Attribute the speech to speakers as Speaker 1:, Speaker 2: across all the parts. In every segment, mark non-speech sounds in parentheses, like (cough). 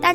Speaker 1: 大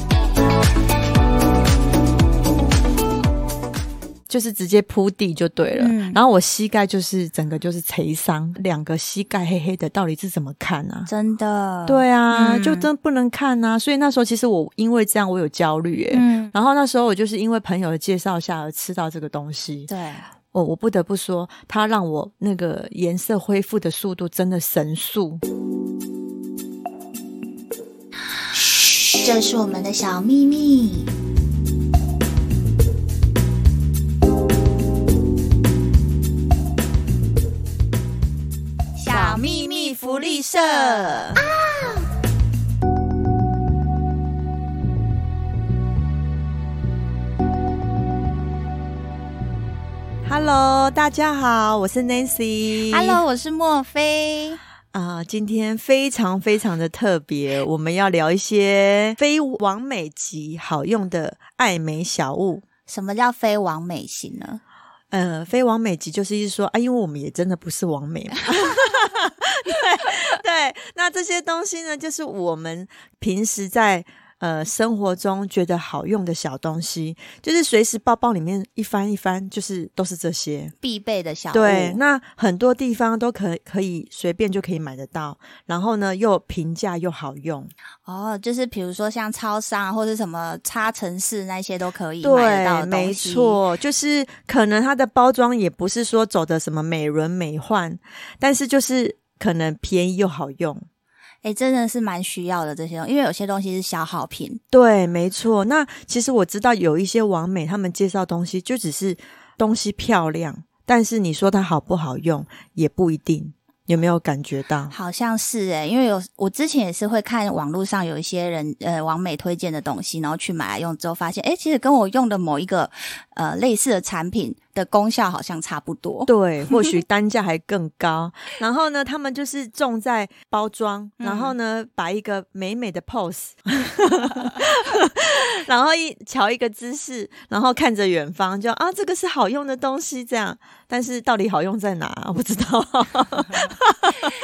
Speaker 2: 就是直接铺地就对了。
Speaker 1: 嗯
Speaker 2: 然后我膝盖就是整个就是捶伤，两个膝盖黑黑的，到底是怎么看啊？
Speaker 1: 真的，，
Speaker 2: 对啊，
Speaker 1: 嗯
Speaker 2: 就真不能看啊。所以那时候其实我因为这样我有焦虑、欸，
Speaker 1: 嗯，
Speaker 2: 然后那时候我就是因为朋友的介绍下而吃到这个东西，哦
Speaker 1: 对，
Speaker 2: 我我不得不说，它让我那个颜色恢复的速度真的神速。
Speaker 1: 这是我们的小秘密。小秘密福利社，
Speaker 2: Hello，大家好，我是 Nancy。
Speaker 1: ，Hello，我是莫菲。
Speaker 2: 啊、今天非常非常的特别，我们要聊一些非完美级好用的爱美小物。
Speaker 1: 什么叫非完美型呢？
Speaker 2: 呃，非完美级就是意思说啊，因为我们也真的不是完美嘛。 (laughs) 对对，那这些东西呢，就是我们平时在呃生活中觉得好用的小东西，就是随时包包里面一翻一翻，就是都是这些。
Speaker 1: 必备的小物，
Speaker 2: 对，那很多地方都可可以随便就可以买得到，然后呢又平价又好用，
Speaker 1: 哦，就是比如说像超商啊或是什么差城市那些都可以买得到的
Speaker 2: 对，没
Speaker 1: 东西，
Speaker 2: 错，就是可能它的包装也不是说走的什么美轮美奂，但是就是可能便宜又好用。
Speaker 1: 哎，真的是蛮需要的这些东西，因为有些东西是消耗品，
Speaker 2: 对，没错。那其实我知道有一些网美他们介绍东西，就只是东西漂亮，但是你说它好不好用也不一定。有没有感觉到？
Speaker 1: 好像是诶、因为有我之前也是会看网络上有一些人呃网美推荐的东西，然后去买来用之后，发现诶、其实跟我用的某一个呃类似的产品的功效好像差不多。
Speaker 2: 对，或许单价还更高。然后呢，他们就是重在包装，
Speaker 1: 嗯
Speaker 2: 然后呢，摆一个美美的 pose，然后一瞧一个姿势，然后看着远方，就啊，这个是好用的东西，这样。但是到底好用在哪，啊我不知道。 (laughs)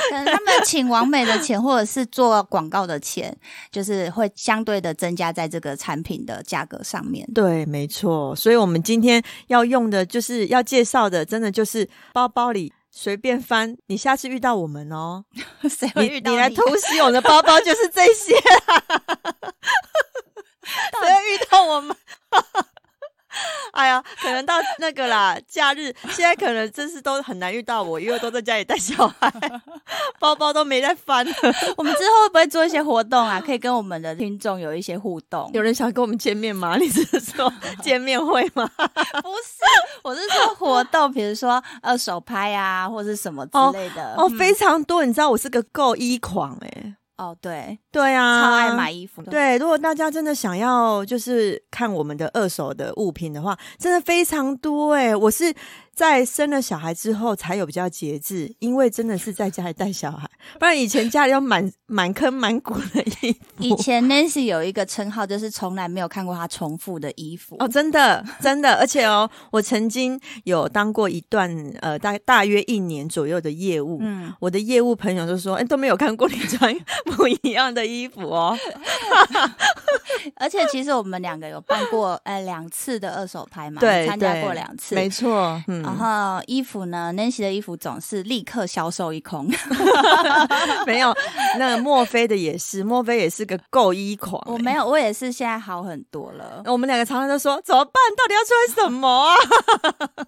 Speaker 1: 可能他们请网美的钱或者是做广告的钱，就是会相对的增加在这个产品的价格上面。 (laughs)
Speaker 2: 对，没错。所以我们今天要用的，就是要介绍的，真的就是包包里。随便翻，你下次遇到我们哦，
Speaker 1: 谁会
Speaker 2: 你 (laughs)
Speaker 1: 遇到
Speaker 2: 来突袭我们的包包就是这些 (laughs)
Speaker 1: 到
Speaker 2: 谁会遇到我们？ (laughs) 哎呀，可能到那个啦，假日现在可能真是都很难遇到我，因为都在家里带小孩， (laughs) 包包都没在翻。
Speaker 1: 我们之后会不会做一些活动啊？可以跟我们的听众有一些互动？
Speaker 2: 有人想跟我们见面吗？ (laughs) 你是说见面会吗？
Speaker 1: (laughs) 不是，我是说活动，比如说呃手拍啊，或是什么之类的。
Speaker 2: 哦，
Speaker 1: 嗯
Speaker 2: 非常多，你知道我是个购衣狂哎、
Speaker 1: 哦，对，
Speaker 2: 对啊，
Speaker 1: 超爱买。衣服。，
Speaker 2: 对，如果大家真的想要就是看我们的二手的物品的话，真的非常多哎、我是在生了小孩之后才有比较节制，因为真的是在家里带小孩，不然以前家里要满满坑满谷的衣服。
Speaker 1: 以前 Nancy 有一个称号，就是从来没有看过她重复的衣服。
Speaker 2: 哦，真的，真的，而且哦，我曾经有当过一段呃大大约一年左右的业务，
Speaker 1: 嗯，
Speaker 2: 我的业务朋友就说，哎、都没有看过你穿 (laughs) 不一样的衣服哦。
Speaker 1: 而且其实我们两个有办过 (laughs) 呃两次的二手拍嘛，
Speaker 2: 对，
Speaker 1: 你参加
Speaker 2: 对
Speaker 1: 过两次。
Speaker 2: 没错，嗯，
Speaker 1: 然后衣服呢，Nancy 的衣服总是立刻销售一空。
Speaker 2: (laughs) 没有，那个墨菲的也是，墨菲也是个购衣狂、
Speaker 1: (laughs)
Speaker 2: 欸
Speaker 1: 我没有，我也是现在好很多 (laughs) 了，
Speaker 2: 我们两个常常都说怎么办？到底要穿什么啊？ (laughs)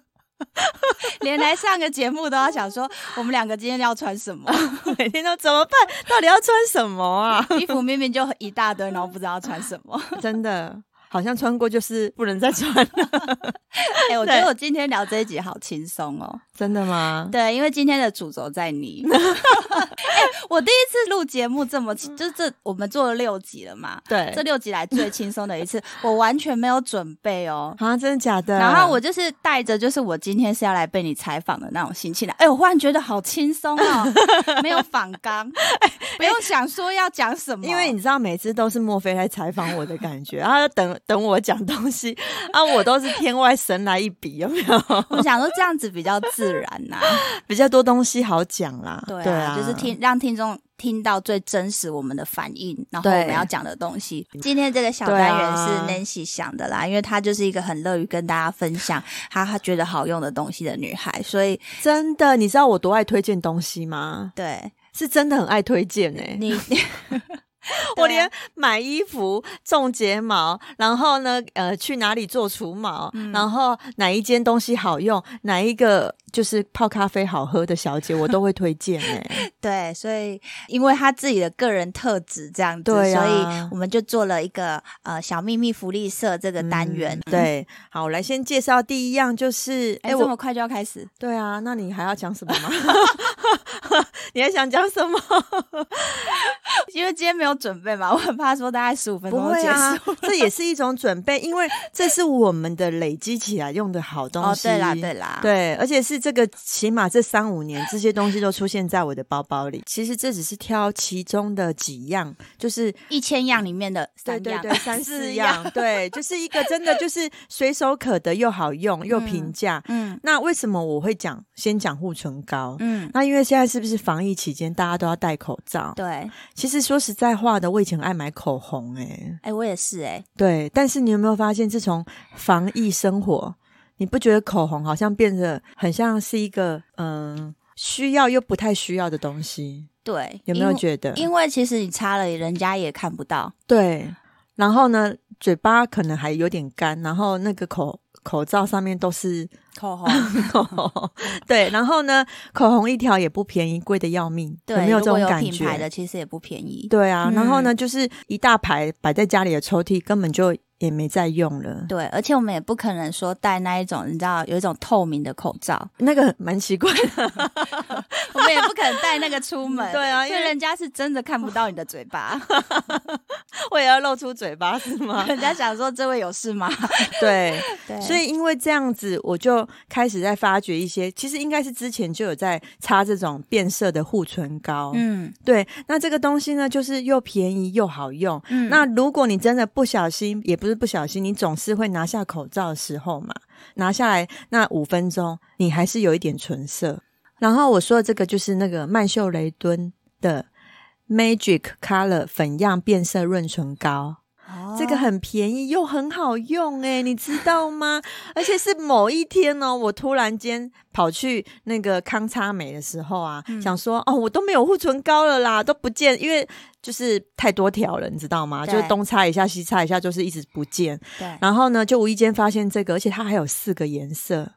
Speaker 1: 连来上个节目都要想说我们两个今天要穿什
Speaker 2: (laughs)
Speaker 1: 么。
Speaker 2: 每天都怎么办？到底要穿什么啊？ (laughs)
Speaker 1: 衣服明明就一大堆，然后不知道穿什么。
Speaker 2: 真的。好像穿过就是不能再穿了。 (laughs)
Speaker 1: 哎、我觉得我今天聊这一集好轻松哦。
Speaker 2: 真的吗？
Speaker 1: 对，因为今天的主轴在你。 (laughs) 哎、我第一次录节目这么，就是这我们做了六集了嘛，
Speaker 2: 嗯对
Speaker 1: 这六集来最轻松的一次，我完全没有准备
Speaker 2: (laughs)
Speaker 1: 哦。
Speaker 2: 啊，真的假的？
Speaker 1: 然后我就是带着，就是我今天是要来被你采访的那种心情来。哎、我忽然觉得好轻松哦，没有反
Speaker 2: (laughs)
Speaker 1: 纲，不用想说要讲什么，
Speaker 2: 哎因为你知道，每次都是墨菲来采访我的感觉， (laughs) 啊，等等我讲东西啊，我都是天外神来一笔，有 (laughs) 没有？
Speaker 1: 我想说这样子比较自然
Speaker 2: (laughs)
Speaker 1: 呐、
Speaker 2: 比较多东西好讲啦。
Speaker 1: 对啊，
Speaker 2: 啊，
Speaker 1: 就是听让听众听到最真实我们的反应，然后我
Speaker 2: 对
Speaker 1: 们要讲的东西。今天这个小单
Speaker 2: 对
Speaker 1: 元
Speaker 2: 啊
Speaker 1: 是 Nancy 想的啦，因为她就是一个很乐于跟大家分享她她觉得好用的东西的女孩，所以
Speaker 2: 真的，你知道我多爱推荐东西吗？
Speaker 1: 对
Speaker 2: 是真的很爱推荐哎、
Speaker 1: 你 (laughs)
Speaker 2: 我连买衣服、种睫毛，然后呢，呃，去哪里做除毛，
Speaker 1: 嗯
Speaker 2: 然后哪一间东西好用，哪一个就是泡咖啡好喝的小姐，我都会推荐哎、
Speaker 1: 对，所以因为她自己的个人特质这样子，
Speaker 2: 对啊
Speaker 1: 所以我们就做了一个呃小秘密福利社这个 (laughs) 单元。
Speaker 2: 嗯对，好，我来先介绍第一样就是，
Speaker 1: 哎、
Speaker 2: 哎、
Speaker 1: 这
Speaker 2: 我
Speaker 1: 么快就要开始？ (laughs)
Speaker 2: 对啊，那你还要讲什么吗？ (laughs) 你还想讲什么？
Speaker 1: 因为今天没有准备嘛，我很怕说大概十五分钟
Speaker 2: 不
Speaker 1: 就
Speaker 2: 会
Speaker 1: 结束。
Speaker 2: 啊，这也是一种准备，因为这是我们的累积起来用的好东
Speaker 1: 哦，
Speaker 2: 西。
Speaker 1: 对啦，对啦，
Speaker 2: 对，而且是这个，起码这三五年，这些东西都出现在我的包包里。其实这只是挑其中的几样，就是
Speaker 1: 一千样里面的三
Speaker 2: 对
Speaker 1: 样，
Speaker 2: 对对，三四
Speaker 1: 四
Speaker 2: 样，对，就是一个真的就是随手可得又好用又平价。
Speaker 1: 嗯
Speaker 2: 那为什么我会讲先讲护唇膏？
Speaker 1: 嗯，
Speaker 2: 那因为现在是不是防疫期间，大家都要戴口罩？
Speaker 1: 对，哎、
Speaker 2: 其实说实在话的，我以前爱买口红、欸，
Speaker 1: 我也是、哎，
Speaker 2: 对。但是你有没有发现，自从防疫生活，你不觉得口红好像变得很像是一个嗯、需要又不太需要的东西？
Speaker 1: 对，
Speaker 2: 有没有觉得
Speaker 1: 因？？因为其实你擦了，人家也看不到，
Speaker 2: 对。然后呢，嘴巴可能还有点干，然后那个口口罩上面都是 (laughs)
Speaker 1: 口红，
Speaker 2: (laughs) 口红，对。然后呢，口红一条也不便宜，贵的要命，
Speaker 1: 对，
Speaker 2: 有没有
Speaker 1: 如
Speaker 2: 这
Speaker 1: 果
Speaker 2: 种
Speaker 1: 有
Speaker 2: 感
Speaker 1: 品
Speaker 2: 觉
Speaker 1: 牌？的其实也不便宜，
Speaker 2: 对啊，然后呢，
Speaker 1: 嗯
Speaker 2: 就是一大排摆在家里的抽屉，根本就也没再用了。
Speaker 1: 对，而且我们也不可能说戴那一种，你知道有一种透明的口罩，
Speaker 2: 那个蛮奇怪的，
Speaker 1: 我们也不可能戴那个出门，
Speaker 2: (laughs) 对啊，因
Speaker 1: 所以
Speaker 2: 为
Speaker 1: 人家是真的看不到你的嘴
Speaker 2: (laughs)
Speaker 1: 巴，
Speaker 2: 我也要露出嘴巴是吗？
Speaker 1: 人家想说这位有事吗？
Speaker 2: (laughs)
Speaker 1: (laughs)
Speaker 2: 对，
Speaker 1: 对，
Speaker 2: 所以因为这样子，我就开始在发掘一些，其实应该是之前就有在擦这种变色的护唇膏。
Speaker 1: 嗯
Speaker 2: 对，那这个东西呢，就是又便宜又好用。
Speaker 1: 嗯，
Speaker 2: 那如果你真的不小心，也不是不小心，你总是会拿下口罩的时候嘛，拿下来那五分钟，你还是有一点唇色。然后我说的这个就是那个曼秀雷敦的 Magic Color 粉样变色润唇膏，
Speaker 1: 哦
Speaker 2: 这个很便宜又很好用哎、你知道吗？而且是某一天哦，我突然间跑去那个康差美的时候啊，
Speaker 1: 嗯
Speaker 2: 想说哦，我都没有护唇膏了啦，都不见，因为就是太多条了，你知道吗？
Speaker 1: 对
Speaker 2: 就是东擦一下西擦一下，就是一直不见。
Speaker 1: 对，
Speaker 2: 然后呢，就无意间发现这个，而且它还有四个颜色。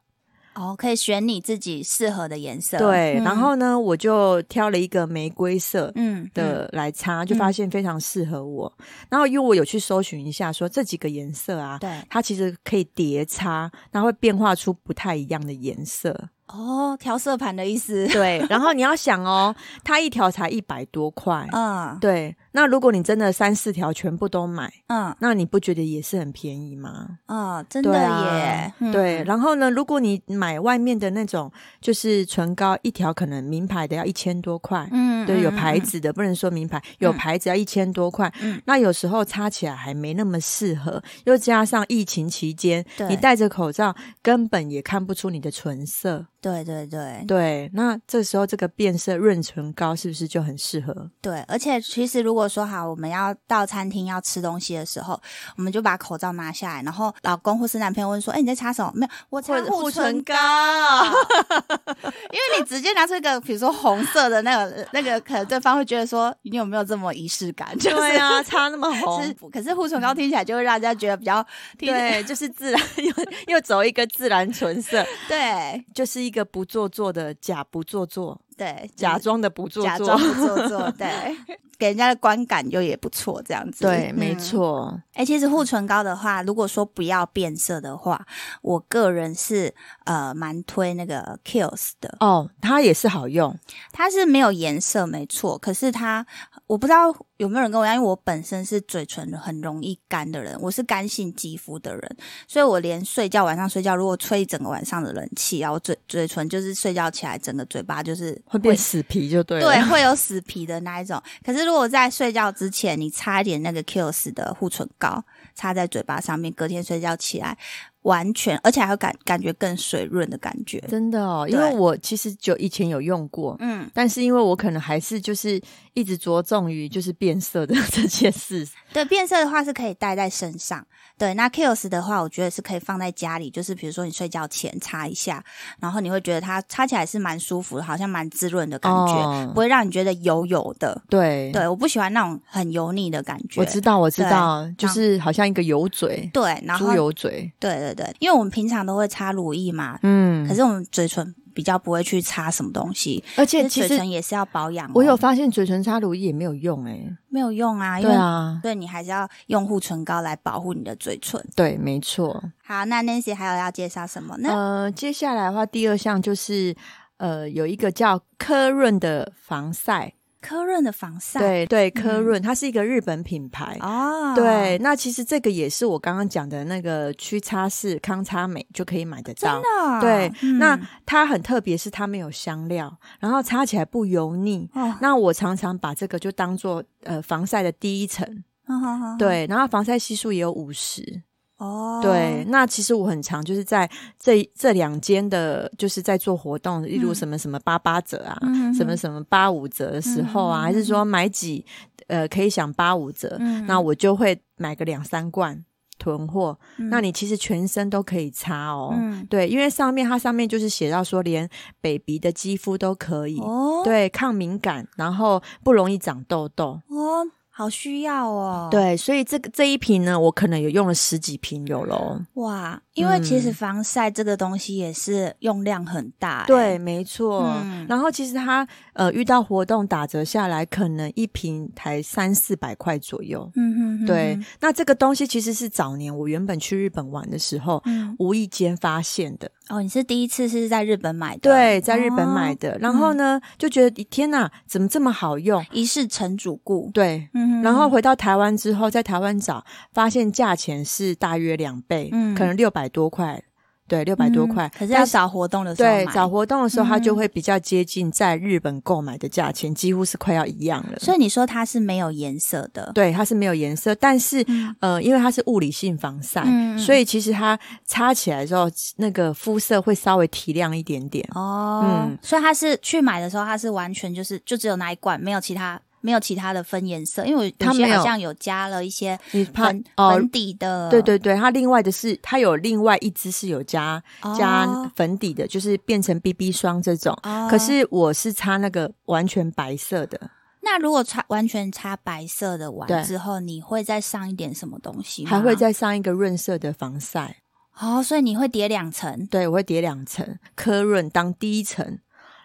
Speaker 1: 哦，可以选你自己适合的颜色，
Speaker 2: 对，
Speaker 1: 嗯
Speaker 2: 然后呢，我就挑了一个玫瑰色。
Speaker 1: 嗯
Speaker 2: 的来擦，就发现非常适合我。然后因为我有去搜寻一下，说这几个颜色啊
Speaker 1: 嗯，对
Speaker 2: 它其实可以叠擦，然后会变化出不太一样的颜色。
Speaker 1: 哦，调色盘的意思，
Speaker 2: (laughs) 对，然后你要想哦，它一条才一百多块。
Speaker 1: (laughs) 嗯
Speaker 2: 对，那如果你真的三四条全部都买，
Speaker 1: 嗯
Speaker 2: 那你不觉得也是很便宜吗？
Speaker 1: 嗯，真的
Speaker 2: 对
Speaker 1: 耶，
Speaker 2: 啊
Speaker 1: 嗯
Speaker 2: 对，，然后呢，如果你买外面的那种，就是唇膏一条可能名牌的要一千多块，
Speaker 1: 嗯
Speaker 2: 对，有牌，
Speaker 1: 嗯
Speaker 2: 子的不能说名牌，有
Speaker 1: 嗯
Speaker 2: 牌子要一千多块。
Speaker 1: 嗯
Speaker 2: 那有时候擦起来还没那么适合，又加上疫情期间，
Speaker 1: 对
Speaker 2: 你戴着口罩根本也看不出你的唇色。
Speaker 1: 嗯对对对
Speaker 2: 对，那这时候这个变色润唇膏是不是就很适合？
Speaker 1: 对，而且其实如果说好，我们要到餐厅要吃东西的时候，我们就把口罩拿下来，然后老公或是男朋友问说：“哎，你在擦什么？”没有，我擦
Speaker 2: 或者护唇
Speaker 1: 膏，因为你直接拿出一个比如说红色的那个那个，可能对方会觉得说你有没有这么仪式感？就是、
Speaker 2: (laughs) 对啊，
Speaker 1: (laughs)
Speaker 2: 擦那么
Speaker 1: 是
Speaker 2: 红。，
Speaker 1: 可是护唇膏听起来就会让人家觉得比较听起来
Speaker 2: 对， (laughs) 就是
Speaker 1: (laughs)
Speaker 2: 自然，又又走一个自然唇色，
Speaker 1: 对
Speaker 2: 就是一个不做作的假不做作。
Speaker 1: 对，
Speaker 2: 假装的不做
Speaker 1: 嗯假
Speaker 2: 作 (laughs)
Speaker 1: 装。不做作，对，给人家的观感就也不错，这样子。
Speaker 3: 对，
Speaker 1: 嗯
Speaker 3: 没错。
Speaker 1: 哎、其实护唇膏的话，如果说不要变色的话，我个人是呃蛮推那个 Kills 的，
Speaker 2: 哦，它也是好用，
Speaker 1: 它是没有颜色，没错，可是它我不知道有没有人跟我一样，因为我本身是嘴唇很容易干的人，我是干性肌肤的人，所以我连睡觉晚上睡觉，如果吹一整个晚上的冷气啊，我嘴嘴唇就是睡觉起来，整个嘴巴就是
Speaker 2: 会变死皮就对了。
Speaker 1: 对，会有死皮的那一种。可是如果在睡觉之前，你擦一点那个 Kills 的护唇膏，擦在嘴巴上面，隔天睡觉起来，完全而且还会感感觉更水润的感觉。
Speaker 2: (laughs) 真的哦，
Speaker 1: 对
Speaker 2: 因为我其实就以前有用过，
Speaker 1: 嗯，
Speaker 2: 但是因为我可能还是就是一直着重于就是变色的 (laughs) 这件事，
Speaker 1: 对，变色的话是可以带在身上。对，那 Kills 的话，我觉得是可以放在家里，就是比如说你睡觉前擦一下，然后你会觉得它擦起来是蛮舒服的，好像蛮滋润的感觉，
Speaker 2: 哦
Speaker 1: 不会让你觉得油油的。
Speaker 2: 对，
Speaker 1: 对，我不喜欢那种很油腻的感觉。
Speaker 2: 我知道，我知
Speaker 1: 对
Speaker 2: 道，就
Speaker 1: 然
Speaker 2: 是好像一个油嘴，
Speaker 1: 对，然后
Speaker 2: 猪油嘴，
Speaker 1: 对对对，因为我们平常都会擦乳液嘛，
Speaker 2: 嗯
Speaker 1: 可，是我们嘴唇比较不会去擦什么东西，
Speaker 2: 而且其
Speaker 1: 嘴
Speaker 2: 实
Speaker 1: 唇也是要保养哦、
Speaker 2: 我有发现嘴唇擦乳液也没有用、欸，
Speaker 1: 没有用啊？
Speaker 2: 哎，
Speaker 1: 因
Speaker 2: 对
Speaker 1: 为
Speaker 2: 啊，
Speaker 1: 对你还是要用护唇膏来保护你的嘴唇。
Speaker 2: 对，没错。
Speaker 1: 好，那 Nancy 还有要介绍什么呢？
Speaker 2: 呃，接下来的话，第二项就是呃，有一个叫科润的防晒，
Speaker 1: 科润的防晒，
Speaker 2: 对对，科
Speaker 1: 嗯
Speaker 2: 润、它是一个日本品牌。
Speaker 1: 哦，
Speaker 2: 对，，那其实这个也是我刚刚讲的那个屈擦式康擦美就可以买得到
Speaker 1: 真。的啊，
Speaker 2: 对
Speaker 1: 嗯
Speaker 2: 那它很特别，是它没有香料，然后擦起来不油腻。
Speaker 1: 哦，
Speaker 2: 那我常常把这个就当做呃防晒的第一层，
Speaker 1: 嗯好好好，
Speaker 2: 对，然后防晒系数也有五十，
Speaker 1: 哦，
Speaker 2: 对，，那其实我很常就是在这这两间的，就是在做活动，例如
Speaker 1: 嗯
Speaker 2: 什么什么八八折啊，
Speaker 1: 嗯
Speaker 2: 什么什么八五折的时候啊，
Speaker 1: 嗯
Speaker 2: 还是说买几呃可以享八五折，
Speaker 1: 嗯
Speaker 2: 那我就会买个两三罐囤货。
Speaker 1: 嗯
Speaker 2: 那你其实全身都可以擦哦。
Speaker 1: 嗯，
Speaker 2: 对，因为上面它上面就是写到说，连 baby 的肌肤都可以，
Speaker 1: 哦，
Speaker 2: 对，抗敏感，然后不容易长痘痘。
Speaker 1: 哦，好需要哦，。
Speaker 2: 对，所以这个这一瓶呢，我可能有用了十几瓶有喽。
Speaker 1: 哎哇，因为其实
Speaker 2: 嗯
Speaker 1: 防晒这个东西也是用量很大、欸，
Speaker 2: 对，，没错。
Speaker 1: 嗯
Speaker 2: 然后其实它呃遇到活动打折下来，可能一瓶才三四百块左右。
Speaker 1: 嗯哼
Speaker 2: 对，，那这个东西其实是早年我原本去日本玩的时候。
Speaker 1: 嗯，
Speaker 2: 无意间发现的，
Speaker 1: 哦，你是第一次是在日本买的，
Speaker 2: 对，在日本买
Speaker 1: 哦
Speaker 2: 的，然后呢，就觉得天哪，怎么这么好用？
Speaker 1: 一世成主顾，
Speaker 2: 对，
Speaker 1: 嗯哼
Speaker 2: 然后回到台湾之后，在台湾找，发现价钱是大约两倍，
Speaker 1: 嗯
Speaker 2: 可能六百多块，对，六百多块
Speaker 1: 嗯，可是
Speaker 2: 但
Speaker 1: 要找活动的时候
Speaker 2: 对，
Speaker 1: 买
Speaker 2: 找，活动的时候，它就
Speaker 1: 嗯
Speaker 2: 会比较接近在日本购买的价钱，几乎是快要一样了。
Speaker 1: 所以你说它是没有颜色的，
Speaker 2: 对，它是没有颜色，但是、
Speaker 1: 嗯
Speaker 2: 呃，因为它是物理性防晒，
Speaker 1: 嗯嗯
Speaker 2: 所以其实它擦起来之后，那个肤色会稍微提亮一点点。
Speaker 1: 哦，
Speaker 2: 嗯
Speaker 1: 所以它是去买的时候，它是完全就是就只有那一罐，没有其他。没有其他的分颜色，因为我
Speaker 2: 它
Speaker 1: 有些
Speaker 2: 没有
Speaker 1: 好像有加了一些
Speaker 2: 你怕
Speaker 1: 粉
Speaker 2: 哦？
Speaker 1: 粉底的，
Speaker 2: 对对对，它另外的是，它有另外一支是有加、
Speaker 1: 哦，
Speaker 2: 加粉底的，就是变成 BB 霜这种。
Speaker 1: 哦
Speaker 2: 可是我是擦那个完全白色的，
Speaker 1: 那如果擦完全擦白色的
Speaker 2: 对
Speaker 1: 完之后，你会再上一点什么东西吗？
Speaker 2: 还会再上一个润色的防晒。
Speaker 1: 哦，所以你会叠两层，
Speaker 2: 对，我会叠两层，科润当第一层，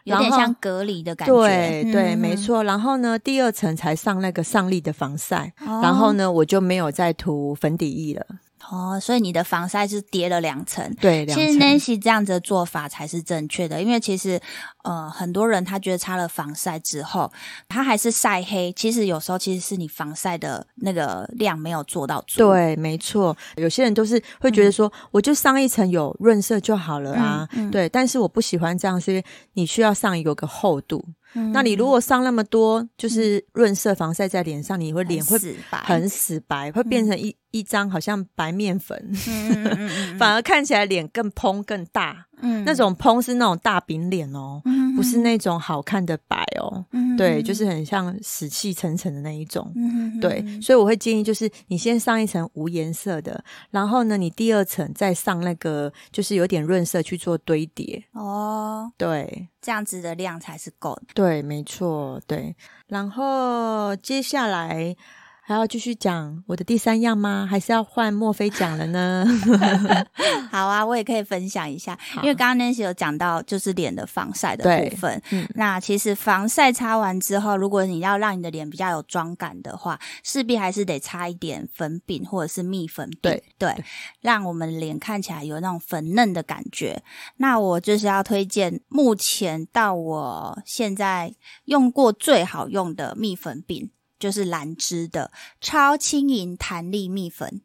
Speaker 1: 有点
Speaker 2: 然后
Speaker 1: 像隔离的感觉。
Speaker 2: 对对，
Speaker 1: 嗯
Speaker 2: 没。错。然后呢，第二层才上那个上力的防晒，
Speaker 1: 哦
Speaker 2: 然后呢，我就没有再涂粉底液了。
Speaker 1: 哦，所以你的防晒是叠了两层。
Speaker 2: 对，两
Speaker 1: 其实
Speaker 2: 层。
Speaker 1: Nancy 这样子的做法才是正确的，因为其实呃，很多人他觉得擦了防晒之后，他还是晒黑。其实有时候其实是你防晒的那个量没有做到足。，
Speaker 2: 对，没错。有些人都是会觉得说，我就上一层有润色就好了啊。
Speaker 1: 嗯嗯嗯
Speaker 2: 对，但是我不喜欢这样，是因为你需要上有个厚度。
Speaker 1: 嗯
Speaker 2: 那你如果上那么多，就是润色防晒在脸上，你会脸
Speaker 1: 很
Speaker 2: 会
Speaker 1: 死白，
Speaker 2: 很死白，会变成一、一张好像白面粉。
Speaker 1: 嗯嗯嗯嗯
Speaker 2: (laughs) 反而看起来脸更嘭更大，
Speaker 1: 嗯
Speaker 2: (laughs) 那种嘭是那种大饼脸哦，
Speaker 1: 嗯
Speaker 2: 不是那种好看的白哦，
Speaker 1: 嗯
Speaker 2: 对，就是很像死气沉沉的那一种。
Speaker 1: 嗯
Speaker 2: 对，所以我会建议，就是你先上一层无颜色的，然后呢，你第二层再上那个就是有点润色去做堆叠。
Speaker 1: 哦，
Speaker 2: 对，
Speaker 1: 这样子的量才是够的。
Speaker 2: 对，没错，对。然后接下来还要继续讲我的第三样吗？还是要换墨菲讲了 (laughs) 呢？
Speaker 1: (laughs) 好啊，我也可以分享一下，因为刚刚 Nancy 有讲到就是脸的防晒的
Speaker 2: 对
Speaker 1: 部分。
Speaker 2: 嗯
Speaker 1: 那其实防晒擦完之后，如果你要让你的脸比较有妆感的话，势必还是得擦一点粉饼或者是蜜粉饼，
Speaker 2: 对
Speaker 1: 对，让我们脸看起来有那种粉嫩的感觉。那我就是要推荐目前到我现在用过最好用的蜜粉饼，就是兰芝的超轻盈弹力蜜粉。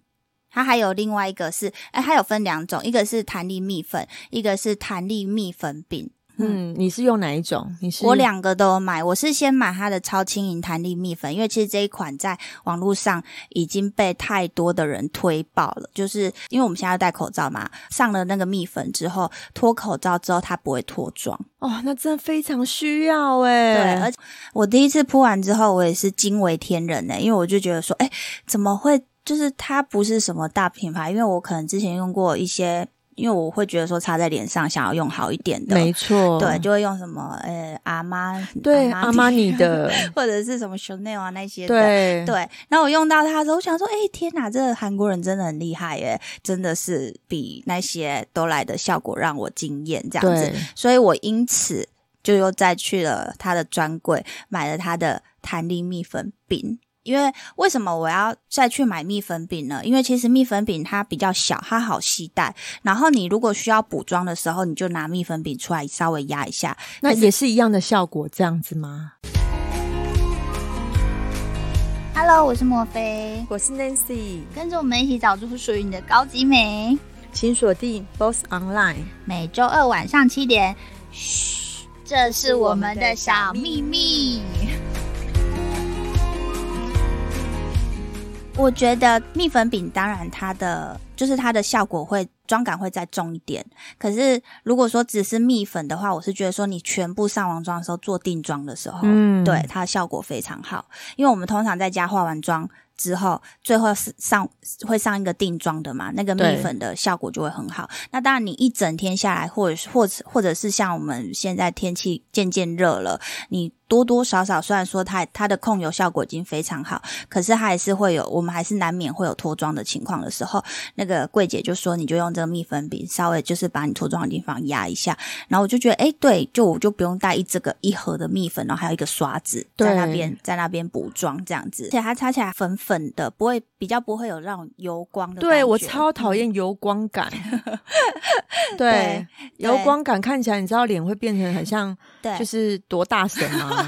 Speaker 1: 它还有另外一个是，哎、它有分两种，一个是弹力蜜粉，一个是弹力蜜粉饼。
Speaker 2: 嗯，你是用哪一种？你是
Speaker 1: 我两个都有买，我是先买它的超轻盈弹力蜜粉，因为其实这一款在网络上已经被太多的人推爆了，就是因为我们现在要戴口罩嘛，上了那个蜜粉之后，脱口罩之后它不会脱妆。
Speaker 2: 哦，那真的非常需要哎、
Speaker 1: 对，而且我第一次铺完之后，我也是惊为天人呢、因为我就觉得说，哎、怎么会？就是它不是什么大品牌，因为我可能之前用过一些，因为我会觉得说擦在脸上，想要用好一点的，
Speaker 2: 没错，
Speaker 1: 对，就会用什么呃阿妈
Speaker 2: 对，阿玛尼的， (laughs)
Speaker 1: 或者是什么 Chanel 啊那些的。
Speaker 2: 对
Speaker 1: 对，然后我用到它的时候，我想说，哎、天哪，这个韩国人真的很厉害耶，真的是比那些都来的效果让我惊艳这样子。
Speaker 2: 对，
Speaker 1: 所以我因此就又再去了他的专柜，买了他的弹力蜜粉饼。因为为什么我要再去买蜜粉饼呢？因为其实蜜粉饼它比较小，它好携带。然后你如果需要补妆的时候，你就拿蜜粉饼出来稍微压一下，
Speaker 2: 那也是一样的效果，这样子吗？
Speaker 1: Hello，我是莫菲，
Speaker 2: 我是 Nancy，
Speaker 1: 跟着我们一起找出属于你的高级美。
Speaker 2: 请锁定 Boss Online。
Speaker 1: 每周二晚上七点，嘘，这是我们的小秘密。我觉得蜜粉饼当然它的就是它的效果会妆感会再重一点，可是如果说只是蜜粉的话，我是觉得说你全部上完妆的时候做定妆的时候，
Speaker 2: 嗯
Speaker 1: 对，它的效果非常好，因为我们通常在家化完妆之后，最后是上会上一个定妆的嘛，那个蜜
Speaker 2: 对
Speaker 1: 粉的效果就会很好。那当然，你一整天下来，或者是或者或者是像我们现在天气渐渐热了，你多多少少虽然说它它的控油效果已经非常好，可是它还是会有，我们还是难免会有脱妆的情况的时候，那个柜姐就说你就用这个蜜粉饼稍微就是把你脱妆的地方压一下，然后我就觉得哎、诶对，就我就不用带一这个一盒的蜜粉，然后还有一个刷子
Speaker 2: 对
Speaker 1: 在那边在那边补妆这样子，而且它擦起来粉粉的，不会比较不会有那种油光的感觉。
Speaker 2: 对我超讨厌油光感，嗯 (laughs) 对油光感看起来，你知道脸会变成很像
Speaker 1: 嗯对，
Speaker 2: 就是是多大神 (laughs) 吗？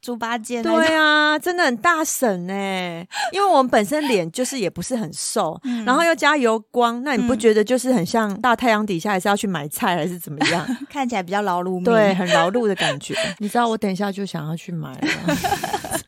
Speaker 1: 猪八戒那种
Speaker 2: 对啊，真的很大神哎、因为我们本身脸就是也不是很瘦，然后又加油光，那你不
Speaker 1: 嗯
Speaker 2: 觉得就是很像大太阳底下还是要去买菜还是怎么 (laughs) 样？
Speaker 1: 看起来比较劳碌命。
Speaker 2: 对，很劳碌的感觉。 (laughs) 你知道，我等一下就想要去买 (laughs) 了。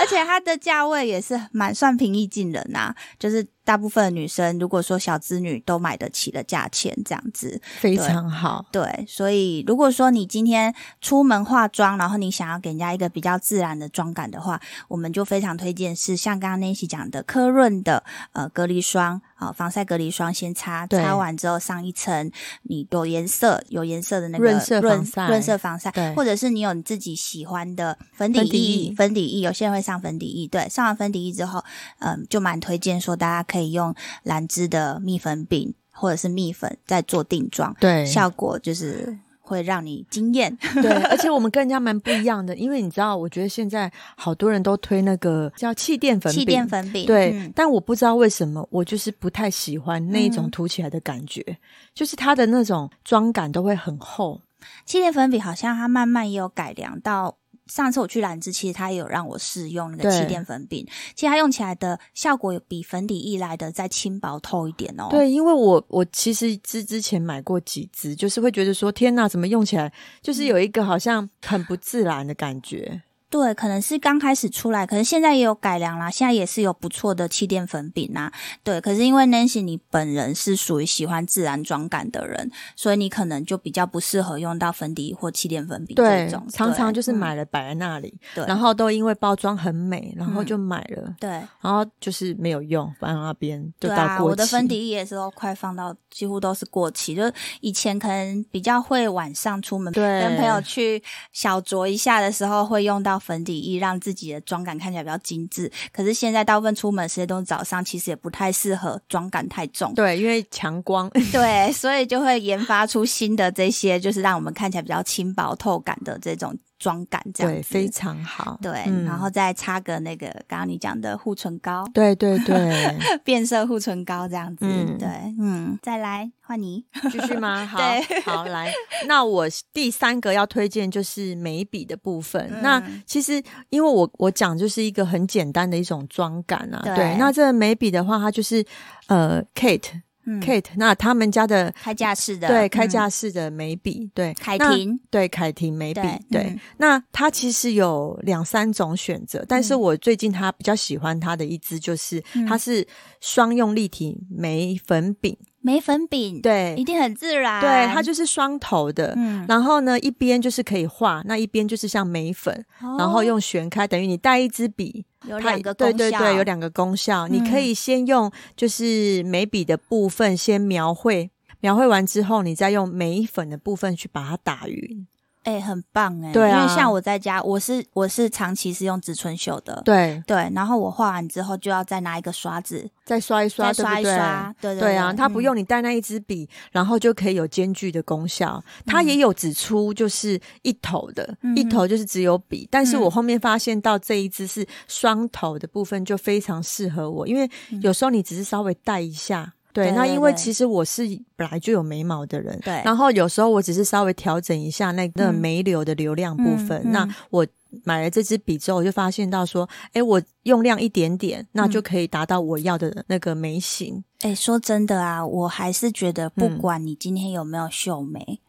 Speaker 1: 而且它的价位也是蛮算平易近人呐、啊就是大部分的女生如果说小资女都买得起的价钱这样子。
Speaker 2: 非常好。
Speaker 1: 对，所以如果说你今天出门化妆，然后你想要给人家一个比较自然的妆感的话，我们就非常推荐是像刚刚 Nancy 讲的科润的呃隔离霜啊、呃防晒隔离霜，先擦，
Speaker 2: 对
Speaker 1: 擦完之后上一层你有颜色有颜色的那个
Speaker 2: 润色
Speaker 1: 润
Speaker 2: 防晒
Speaker 1: 润色防晒
Speaker 2: 对，
Speaker 1: 或者是你有你自己喜欢的粉底
Speaker 2: 粉底
Speaker 1: 液
Speaker 2: 液
Speaker 1: 粉底液，有些人会上粉底液，对，上完粉底液之后，嗯，就蛮推荐说大家可以用兰芝的蜜粉饼或者是蜜粉再做定妆。
Speaker 2: 对，
Speaker 1: 效果就是会让你惊艳。
Speaker 2: (laughs) 对，而且我们跟人家蛮不一样的，因为你知道，我觉得现在好多人都推那个叫气垫粉饼，
Speaker 1: 气垫粉饼，
Speaker 2: 对，
Speaker 1: 嗯
Speaker 2: 但我不知道为什么，我就是不太喜欢那一种凸起来的感觉，就是它的那种妆感都会很厚。
Speaker 1: 气垫粉饼好像它慢慢也有改良到。上次我去兰芝，其实它也有让我试用那个
Speaker 2: 对
Speaker 1: 气垫粉饼，其实它用起来的效果有比粉底液来的再轻薄透一点哦。，
Speaker 2: 对，因为我我其实之之前买过几支，就是会觉得说天呐，怎么用起来就是
Speaker 1: 嗯
Speaker 2: 有一个好像很不自然的感觉。
Speaker 1: 对，可能是刚开始出来，可是现在也有改良啦，现在也是有不错的气垫粉饼啊。对，可是因为 Nancy 你本人是属于喜欢自然妆感的人，所以你可能就比较不适合用到粉底或气垫粉饼这
Speaker 2: 对
Speaker 1: 种，，
Speaker 2: 常常
Speaker 1: 对
Speaker 2: 就是
Speaker 1: 嗯
Speaker 2: 买了摆在那里，
Speaker 1: 对
Speaker 2: 然后都因为包装很美，然后
Speaker 1: 嗯
Speaker 2: 就买了。
Speaker 1: 对。
Speaker 2: 然后就是没有用，放在那边就
Speaker 1: 对
Speaker 2: 到过
Speaker 1: 啊，
Speaker 2: 期。
Speaker 1: 我的粉底液也是都快放到几乎都是过期，就以前可能比较会晚上出门
Speaker 2: 对
Speaker 1: 跟朋友去小酌一下的时候会用到粉底液，让自己的妆感看起来比较精致。可是现在大部分出门时间都是早上，其实也不太适合妆感太重。
Speaker 2: 对，因为强光，
Speaker 1: 对，所以就会研发出新的这些，就是让我们看起来比较轻薄透感的这种妆感，这样
Speaker 2: 对，
Speaker 1: 子
Speaker 2: 非常好。
Speaker 1: 对，
Speaker 2: 嗯
Speaker 1: 然后再擦个那个刚刚你讲的护唇膏，
Speaker 2: 对对对，
Speaker 1: 变色护唇膏这样子。
Speaker 2: 嗯
Speaker 1: 对，嗯，再来换你。
Speaker 2: 继续
Speaker 1: (laughs)
Speaker 2: 吗？好
Speaker 1: 对
Speaker 2: 好来，那我第三个要推荐就是眉笔的部分。
Speaker 1: 嗯
Speaker 2: 那其实因为我我讲就是一个很简单的一种妆感啊，
Speaker 1: 对
Speaker 2: 那这个眉笔的话，它就是呃 Kate
Speaker 1: 嗯，
Speaker 2: Kate，、那他们家的
Speaker 1: 开架式的，
Speaker 2: 对开
Speaker 1: 嗯
Speaker 2: 架式的眉笔，对
Speaker 1: 凯
Speaker 2: 那
Speaker 1: 婷，
Speaker 2: 对凯婷眉笔，
Speaker 1: 对
Speaker 2: 对，
Speaker 1: 嗯
Speaker 2: 那它其实有两三种选择，但是
Speaker 1: 嗯
Speaker 2: 我最近它比较喜欢它的一支就是、
Speaker 1: 嗯
Speaker 2: 它是双用立体眉粉饼，
Speaker 1: 眉粉饼，，
Speaker 2: 对
Speaker 1: 一定很自然。
Speaker 2: 对，它就是双头的。
Speaker 1: 嗯，
Speaker 2: 然后呢，一边就是可以画，那一边就是像眉粉，然后用旋开，等于你带一支笔，
Speaker 1: 哦有
Speaker 2: 它
Speaker 1: 两个
Speaker 2: 对
Speaker 1: 功
Speaker 2: 对
Speaker 1: 效
Speaker 2: 对，有两个功效。你可
Speaker 1: 嗯
Speaker 2: 以先用就是眉笔的部分先描绘，描绘完之后，你再用眉粉的部分去把它打匀。
Speaker 1: 哎，很棒哎，
Speaker 2: 对啊
Speaker 1: 因为像我在家，我是我是长期是用植唇秀的，
Speaker 2: 对，
Speaker 1: 对，然后我画完之后就要再拿一个刷子
Speaker 2: 再刷一刷，
Speaker 1: 再刷一
Speaker 2: 对不对
Speaker 1: 刷，对
Speaker 2: 对
Speaker 1: 对嗯
Speaker 2: 啊，它不用你带那一支笔，然后就可以有间距的功效。它也有只出就是一头的，
Speaker 1: 嗯
Speaker 2: 一头就是只有笔。但是
Speaker 1: 嗯
Speaker 2: 我后面发现到这一支是双头的部分，就非常适合我，因为有时候你只是稍微带一下。
Speaker 1: 嗯
Speaker 2: 对，
Speaker 1: 对
Speaker 2: 那
Speaker 1: 对
Speaker 2: 因为
Speaker 1: 对
Speaker 2: 其实我是本来就有眉毛的人，
Speaker 1: 对
Speaker 2: 然后有时候我只是稍微调整一下那个
Speaker 1: 嗯
Speaker 2: 眉流的流量部分，
Speaker 1: 嗯嗯
Speaker 2: 那我买了这支笔之后，我就发现到说，哎，我用量一点点，那
Speaker 1: 嗯
Speaker 2: 就可以达到我要的那个眉形。
Speaker 1: 哎、说真的啊，我还是觉得，不
Speaker 2: 嗯
Speaker 1: 管你今天有没有秀眉，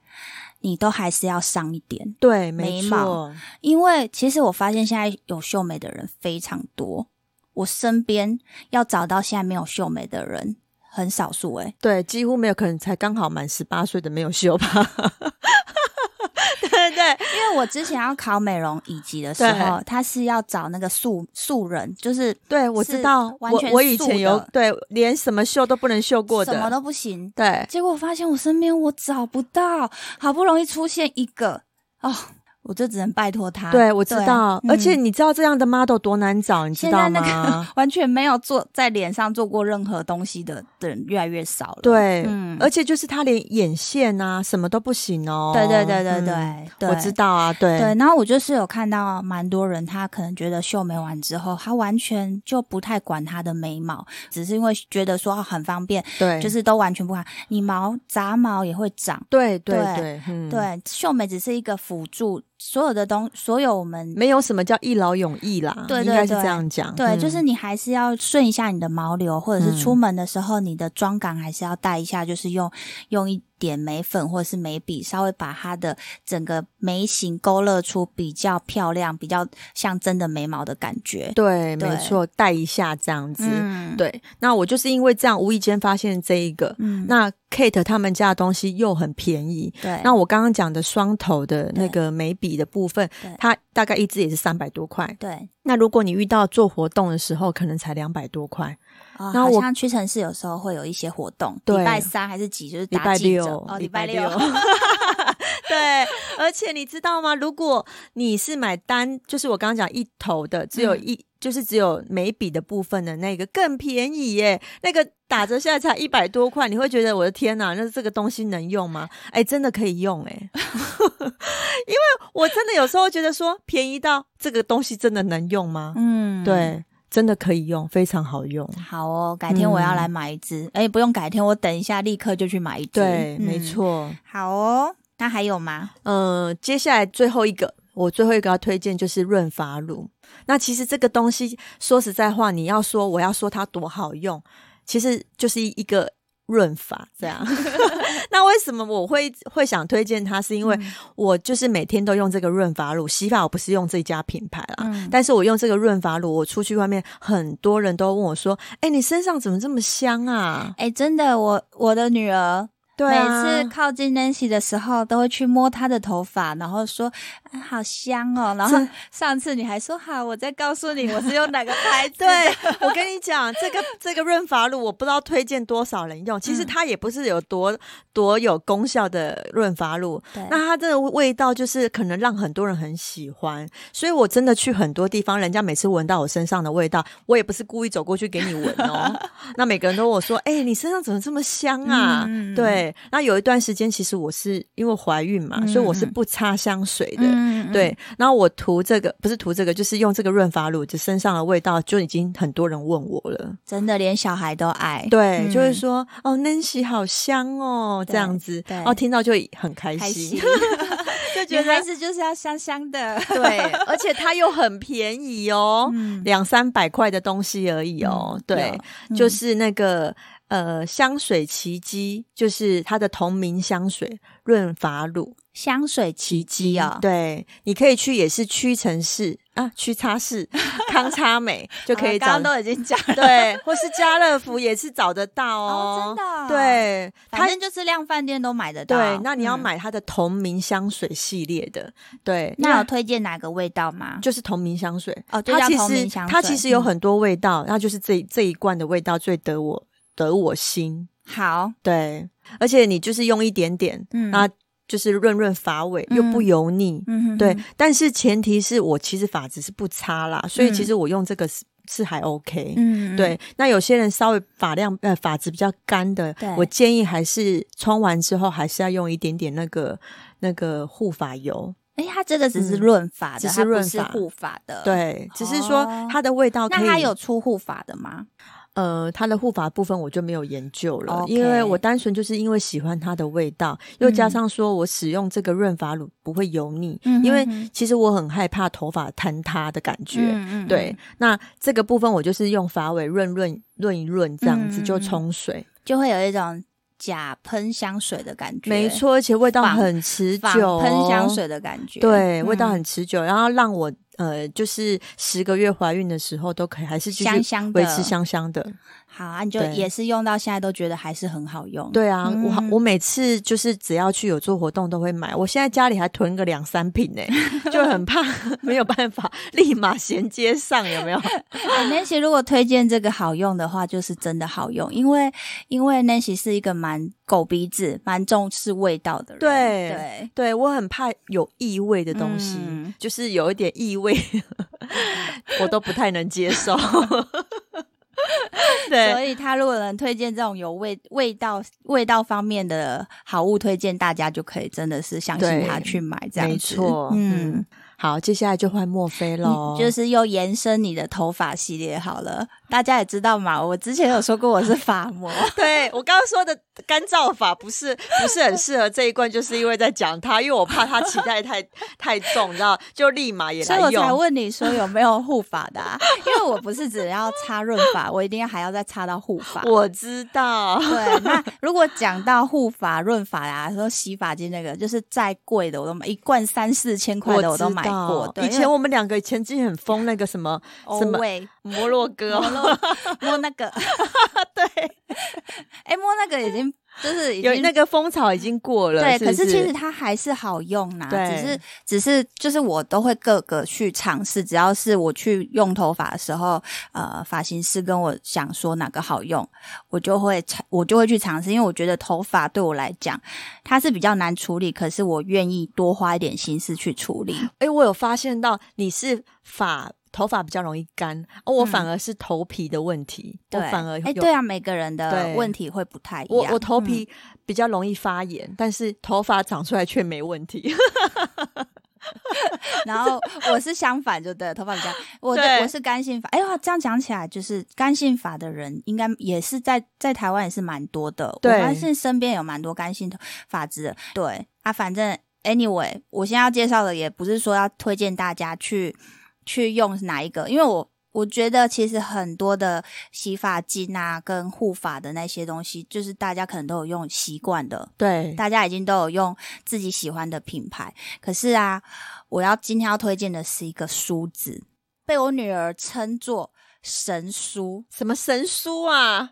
Speaker 1: 你都还是要上一点，
Speaker 2: 对，
Speaker 1: 眉
Speaker 2: 没
Speaker 1: 毛
Speaker 2: 错，
Speaker 1: 因为其实我发现现在有秀眉的人非常多，我身边要找到现在没有秀眉的人很少数哎、
Speaker 2: 对，几乎没有，可能才刚好满十八岁的没有修吧。 (laughs) 对对对，
Speaker 1: 因为我之前要考美容乙级的时候，他是要找那个素素人，就是
Speaker 2: 对我
Speaker 1: 是
Speaker 2: 知道，
Speaker 1: 完
Speaker 2: 我
Speaker 1: 全
Speaker 2: 我以
Speaker 1: 素
Speaker 2: 前有
Speaker 1: 的
Speaker 2: 对，连什么秀都不能秀过
Speaker 1: 什么
Speaker 2: 的，
Speaker 1: 都不行。
Speaker 2: 对，
Speaker 1: 结果我发现我身边我找不到，好不容易出现一个哦，我就只能拜托他。
Speaker 2: 对我知道。而且
Speaker 1: 啊嗯
Speaker 2: 你知道这样的 model 多难找，你知
Speaker 1: 现在
Speaker 2: 道
Speaker 1: 那
Speaker 2: 吗
Speaker 1: 个？完全没有做在脸上做过任何东西的的人越来越少了。
Speaker 2: 对，
Speaker 1: 嗯
Speaker 2: 而且就是他连眼线啊什么都不行哦。
Speaker 1: 对对对对对
Speaker 2: 嗯
Speaker 1: 对
Speaker 2: 我知道啊，对
Speaker 1: 对，然后我就是有看到蛮多人，他可能觉得秀眉完之后，他完全就不太管他的眉毛，只是因为觉得说哦很方便，
Speaker 2: 对
Speaker 1: 就是都完全不管。你毛杂毛也会长，
Speaker 2: 对对
Speaker 1: 对
Speaker 2: 对，嗯，
Speaker 1: 对，秀眉只是一个辅助，所有的东，所有我们。
Speaker 2: 没有什么叫一劳永逸啦，
Speaker 1: 对对
Speaker 2: 应该是
Speaker 1: 对
Speaker 2: 这样讲。
Speaker 1: 对，
Speaker 2: 嗯
Speaker 1: 就是你还是要顺一下你的毛流，或者
Speaker 2: 嗯
Speaker 1: 是出门的时候，你的妆感还是要带一下，就是用用一点眉粉或者是眉笔，稍微把它的整个眉形勾勒出比较漂亮、比较像真的眉毛的感觉。
Speaker 2: 对，
Speaker 1: 对
Speaker 2: 没错，带一下这样子。
Speaker 1: 嗯，
Speaker 2: 对，那我就是因为这样无意间发现这一个，
Speaker 1: 嗯，
Speaker 2: 那 Kate 他们家的东西又很便宜。
Speaker 1: 对，
Speaker 2: 那我刚刚讲的双头的那
Speaker 1: 对
Speaker 2: 个眉笔的部分
Speaker 1: 对，
Speaker 2: 它大概一支也是三百多块。
Speaker 1: 对，
Speaker 2: 那如果你遇到做活动的时候，可能才两百多块。
Speaker 1: 哦、
Speaker 2: 那
Speaker 1: 好
Speaker 2: 我
Speaker 1: 像屈臣氏有时候会有一些活动，
Speaker 2: 对
Speaker 1: 礼拜三还是几，就是
Speaker 2: 礼
Speaker 1: 打
Speaker 2: 拜
Speaker 1: 记者
Speaker 2: 六，
Speaker 1: 哦，礼拜六， (laughs)
Speaker 2: (laughs) 对，而且你知道吗？如果你是买单，就是我刚刚讲一头的，只有
Speaker 1: 嗯
Speaker 2: 一、就是只有眉笔的部分的那个更便宜耶，那个打折下来才一百多块，你会觉得我的天哪，那这个东西能用吗？哎，真的可以用
Speaker 1: (laughs)
Speaker 2: 哎，因为我真的有时候觉得说便宜到这个东西真的能用吗？
Speaker 1: 嗯，。
Speaker 2: 对，真的可以用，非常好用。
Speaker 1: 好哦，改天我要来买一支，哎、不用改天，我等一下立刻就去买一支。
Speaker 2: 对，
Speaker 1: 嗯
Speaker 2: 没。错。
Speaker 1: 好哦，那还有吗？
Speaker 2: 嗯，接下来最后一个，我最后一个要推荐就是润发乳。那其实这个东西，说实在话，你要说我要说它多好用，其实就是一个润发
Speaker 1: (laughs)
Speaker 2: 这样。那为什么我会会想推荐它？是因为
Speaker 1: 嗯
Speaker 2: 我就是每天都用这个润发乳，洗发我不是用这家品牌啦，
Speaker 1: (laughs) 嗯，
Speaker 2: 但是我用这个润发乳，我出去外面很多人都问我说：“哎、你身上怎么这么香啊
Speaker 1: 哎、真的，我我的女儿
Speaker 2: 对啊，
Speaker 1: 每次靠近 Nancy 的时候，都会去摸她的头发，然后说、啊、好香哦。然后
Speaker 2: 这
Speaker 1: 上次你还说好，我再告诉你我是用哪个牌子。
Speaker 2: (laughs) 对，我跟你讲，
Speaker 1: (laughs)
Speaker 2: 这个这个润发露，我不知道推荐多少人用。其实
Speaker 1: 嗯
Speaker 2: 它也不是有多多有功效的润发露，
Speaker 1: 对
Speaker 2: 那它这个味道就是可能让很多人很喜欢。所以我真的去很多地方，人家每次闻到我身上的味道，我也不是故意走过去给你闻哦。
Speaker 1: (laughs)
Speaker 2: 那每个人都问我说：“哎、你身上怎么这么香啊？”
Speaker 1: 嗯嗯
Speaker 2: 对。那有一段时间，其实我是因为怀孕嘛，所以我
Speaker 1: 嗯
Speaker 2: 是
Speaker 1: 嗯
Speaker 2: 不擦香水的。
Speaker 1: 嗯，嗯，
Speaker 2: 对，然后我涂这个不是涂这个，就是用这个润发乳，就身上的味道就已经很多人问我了。
Speaker 1: 真的连小孩都爱。
Speaker 2: 对，
Speaker 1: 嗯
Speaker 2: 就是说哦，Nancy 好香哦，这样子
Speaker 1: 对，
Speaker 2: 哦，听到就很开
Speaker 1: 开
Speaker 2: 心，
Speaker 1: 心，
Speaker 2: (laughs) 就觉
Speaker 1: 女孩
Speaker 2: 得
Speaker 1: 子就是要香香的。
Speaker 2: 对，而且它又很便宜哦，
Speaker 1: (laughs) 嗯，
Speaker 2: 两三百块的东西而已哦
Speaker 1: 嗯。
Speaker 2: 对，
Speaker 1: 有
Speaker 2: 就
Speaker 1: 嗯
Speaker 2: 是那个。呃，香水奇迹就是它的同名香水润发乳，
Speaker 1: 香水奇迹哦，
Speaker 2: 嗯对，你可以去也是屈臣氏啊，屈擦氏、康擦
Speaker 1: (laughs)
Speaker 2: 美就可
Speaker 1: 好
Speaker 2: 以找
Speaker 1: 哦刚刚都已经讲了。
Speaker 2: 对，或是家乐福也是找得到
Speaker 1: 哦，
Speaker 2: 哦。
Speaker 1: 真的哦，
Speaker 2: 对，它
Speaker 1: 反正就是量饭店都买得到。
Speaker 2: 对，那你要
Speaker 1: 嗯
Speaker 2: 买它的同名香水系列的，对，
Speaker 1: 那有推荐哪个味道吗？
Speaker 2: 就是同名香水。
Speaker 1: 哦，就
Speaker 2: 它
Speaker 1: 叫
Speaker 2: 其
Speaker 1: 同
Speaker 2: 实
Speaker 1: 名香水。
Speaker 2: 它其实有
Speaker 1: 嗯
Speaker 2: 很多味道，那就是这这一罐的味道最得我得我心。
Speaker 1: 好，
Speaker 2: 对，而且你就是用一点点，
Speaker 1: 嗯
Speaker 2: 那就是润润发尾，又不
Speaker 1: 嗯
Speaker 2: 油腻。
Speaker 1: 嗯哼
Speaker 2: 对
Speaker 1: 哼，
Speaker 2: 但是前提是我其实发质是不差啦，所以其
Speaker 1: 嗯
Speaker 2: 实我用这个是、是还 OK。
Speaker 1: 嗯，
Speaker 2: 对，那有些人稍微发量呃发质比较干的
Speaker 1: 对，
Speaker 2: 我建议还是冲完之后还是要用一点点那个那个护发油。
Speaker 1: 哎，它这个只是
Speaker 2: 嗯
Speaker 1: 润发的，
Speaker 2: 只是
Speaker 1: 它不
Speaker 2: 润
Speaker 1: 是
Speaker 2: 发
Speaker 1: 护发的。，
Speaker 2: 对，只是说
Speaker 1: 呃哦
Speaker 2: 它的味道可以。
Speaker 1: 那它有出护发的吗？
Speaker 2: 呃，它的护发部分我就没有研究了
Speaker 1: OK
Speaker 2: 因为我单纯就是因为喜欢它的味道，又加上说我使用这个润发乳不会油腻，
Speaker 1: 嗯
Speaker 2: 因为
Speaker 1: 哼哼
Speaker 2: 其实我很害怕头发坍塌的感觉。
Speaker 1: 嗯嗯
Speaker 2: 对
Speaker 1: 嗯，
Speaker 2: 那这个部分我就是用发尾润润润一润，这样子
Speaker 1: 嗯
Speaker 2: 就冲水，
Speaker 1: 就会有一种假喷香水的感嗯觉，
Speaker 2: 没，错，而且味道很持
Speaker 1: 仿
Speaker 2: 久，哦
Speaker 1: 喷香，水的感觉，
Speaker 2: 对，
Speaker 1: 嗯
Speaker 2: 味道很持久，然后让我呃，就是十个月怀孕的时候都可以，还是继
Speaker 1: 香
Speaker 2: 续
Speaker 1: 香的，
Speaker 2: 维持。香香的。
Speaker 1: 好啊，你就
Speaker 2: 对
Speaker 1: 也是用到现在都觉得还是很好用。，
Speaker 2: 对啊，
Speaker 1: 嗯
Speaker 2: 我好我每次就是只要去有做活动都会买，我现在家里还囤个两三瓶呢、就
Speaker 1: (laughs)
Speaker 2: 很怕没有办法立马衔接上，有没有？ (laughs)
Speaker 1: 哎 Nancy 如果推荐这个好用的话，就是真的好用，因为因为 Nancy 是一个蛮狗鼻子、蛮重视味道的人，
Speaker 2: 对
Speaker 1: 对，
Speaker 2: 对我很怕有异味的东西，
Speaker 1: 嗯
Speaker 2: 就是有一点异味，我都不太能接受。 (laughs)
Speaker 1: 所
Speaker 2: 对
Speaker 1: 以他如果能推荐这种有味味道味道方面的好物推荐，大家就可以真的是相信
Speaker 2: 对
Speaker 1: 他去买这样子。
Speaker 2: 没错，嗯
Speaker 1: 嗯，，
Speaker 2: 好，接下来就换墨菲喽
Speaker 1: 你，就是又延伸你的头发系列好了。大家也知道嘛，我之前有说过我是发魔，
Speaker 2: 对我刚刚说的干燥法不是不是很适合这一罐，就是因为在讲它，因为我怕它期待太太重，你知道，就立马也
Speaker 1: 所
Speaker 2: 来
Speaker 1: 以我才
Speaker 2: 用。
Speaker 1: 问你说有没有护发的、啊， (laughs) 因为我不是只要擦润发，我一定要还要再擦到护发。
Speaker 2: 我知道，
Speaker 1: 对，那如果讲到护发、润发啊，说洗发精那个，就是再贵的我都买，一罐三四千块的我都买过
Speaker 2: 知道。
Speaker 1: 对
Speaker 2: 以前我们两个曾经很疯那个什么什么 (laughs)
Speaker 1: 味
Speaker 2: 摩洛哥
Speaker 1: 摸
Speaker 2: 哦，
Speaker 1: 咯摸那个，
Speaker 2: (laughs)
Speaker 1: (laughs)
Speaker 2: 对，
Speaker 1: 哎，摸那个已经嗯就是已
Speaker 2: 有
Speaker 1: 经
Speaker 2: 那个风潮已经过了，
Speaker 1: 对，
Speaker 2: 是
Speaker 1: 可
Speaker 2: 是
Speaker 1: 是其实它还是好用啦，
Speaker 2: 对
Speaker 1: 只是只是就是我都会各个去尝试，只要是我去用头发的时候，呃，发型师跟我想说哪个好用，我就会尝我就会去尝试，因为我觉得头发对我来讲它是比较难处理，可是我愿意多花一点心思去处理。
Speaker 2: 哎、我有发现到你是发头发比较容易干，而我反而是头皮的问题，
Speaker 1: 嗯对，
Speaker 2: 我反而有、
Speaker 1: 哎，对啊，嗯每个人的
Speaker 2: 对
Speaker 1: 问题会不太一
Speaker 2: 我
Speaker 1: 样。
Speaker 2: 我头皮比较容易发炎，但是头发长出来却没问题。 (laughs)
Speaker 1: 然后我是相反，就对了，头发比较，我的
Speaker 2: 对
Speaker 1: 我是干性发。哎呦，这样讲起来，就是干性发的人，应该也是在在台湾也是蛮多的。
Speaker 2: 对
Speaker 1: 我发现身边有蛮多干性头发质的。对啊，反正 anyway，我现在要介绍的也不是说要推荐大家去去用哪一个，因为我。我觉得其实很多的洗发精啊，跟护发的那些东西，就是大家可能都有用习惯的，
Speaker 2: 对，
Speaker 1: 大家已经都有用自己喜欢的品牌，可是啊，我要今天要推荐的是一个梳子，被我女儿称作神梳。
Speaker 2: 什么神书啊？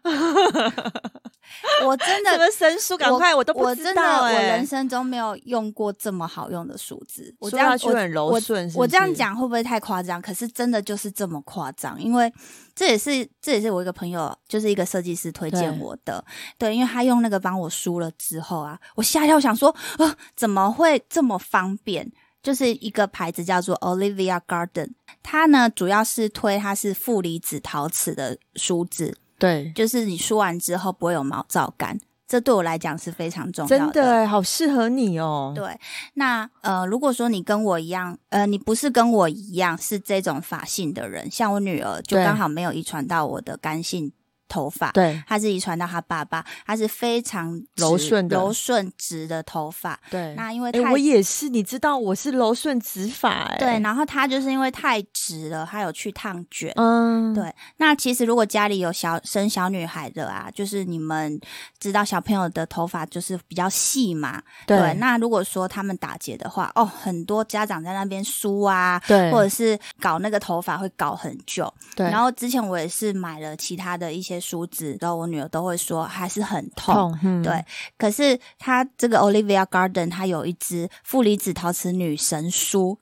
Speaker 1: 我真
Speaker 2: (laughs) 什
Speaker 1: 的
Speaker 2: 么神书，赶快，我都不
Speaker 1: 我
Speaker 2: 知
Speaker 1: 真的
Speaker 2: 道
Speaker 1: 我
Speaker 2: 哎、
Speaker 1: 人生中没有用过这么好用的数字。我这
Speaker 2: 说
Speaker 1: 样
Speaker 2: 下去
Speaker 1: 我
Speaker 2: 很柔
Speaker 1: 我
Speaker 2: 顺是不
Speaker 1: 我这样
Speaker 2: 是
Speaker 1: 讲会不会太夸张？可是真的就是这么夸张，因为这也是这也是我一个朋友，就是一个设计师推荐
Speaker 2: 对
Speaker 1: 我的。对，因为他用那个帮我输了之后啊，我吓一跳，想说啊、怎么会这么方便？就是一个牌子叫做 Olivia Garden，它呢主要是推它是负离子陶瓷的梳子，
Speaker 2: 对，
Speaker 1: 就是你梳完之后不会有毛躁感，这对我来讲是非常重要
Speaker 2: 真的、哎，好适合你哦。
Speaker 1: 对，那呃，如果说你跟我一样，呃，你不是跟我一样是这种发性的人，像我女儿就
Speaker 2: 对
Speaker 1: 刚好没有遗传到我的干性头发，
Speaker 2: 对
Speaker 1: 她是遗传到她爸爸，她是非常直
Speaker 2: 柔顺的
Speaker 1: 柔顺直的头发。
Speaker 2: 对，
Speaker 1: 那因为
Speaker 2: 哎、
Speaker 1: 太、
Speaker 2: 我也是，你知道我是柔顺直法、哎，
Speaker 1: 对，，然后她就是因为太直了，她有去烫卷。
Speaker 2: 嗯，
Speaker 1: 对，那其实如果家里有小生小女孩的啊，就是你们知道小朋友的头发就是比较细嘛，
Speaker 2: 对，
Speaker 1: 那如果说他们打结的话，哦，很多家长在那边梳啊，
Speaker 2: 对，
Speaker 1: 或者是搞那个头发会搞很久。
Speaker 2: 对，
Speaker 1: 然后之前我也是买了其他的一些梳子，然后我女儿都会说还是很痛。
Speaker 2: 痛，嗯
Speaker 1: 对，可是它这个 Olivia Garden 它有一支负离子陶瓷女神梳，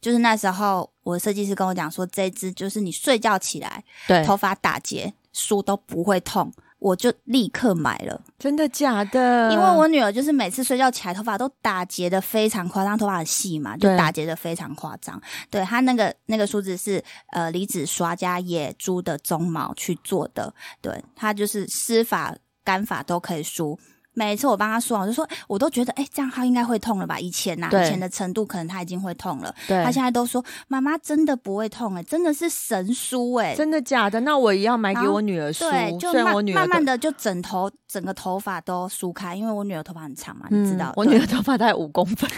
Speaker 1: 就是那时候我设计师跟我讲说，这支就是你睡觉起来
Speaker 2: 对，
Speaker 1: 头发打结梳都不会痛，我就立刻买了。
Speaker 2: 真的假的？
Speaker 1: 因为我女儿就是每次睡觉起来，头发都打结的非常夸张，头发很细嘛，就
Speaker 2: 对
Speaker 1: 打结的非常夸张。对她那个那个梳子是呃离子刷加野猪的鬃毛去做的，对，她就是湿发、干发都可以梳。每次我帮她梳完，我就说，我都觉得，哎、这样她应该会痛了吧？以前呐、
Speaker 2: 对
Speaker 1: 以前的程度可能她已经会痛了，
Speaker 2: 对，
Speaker 1: 她现在都说，妈妈真的不会痛、哎，真的是神梳、哎，
Speaker 2: 真的假的？那我也要买给
Speaker 1: 然后
Speaker 2: 我女儿梳
Speaker 1: 啊对，，就
Speaker 2: 虽然
Speaker 1: 慢
Speaker 2: 我女儿
Speaker 1: 慢慢
Speaker 2: 的。
Speaker 1: 的就整头整个头发都梳开，因为我女儿头发很长嘛，你知道，
Speaker 2: 嗯我
Speaker 1: 对
Speaker 2: 女儿头发大概五公分，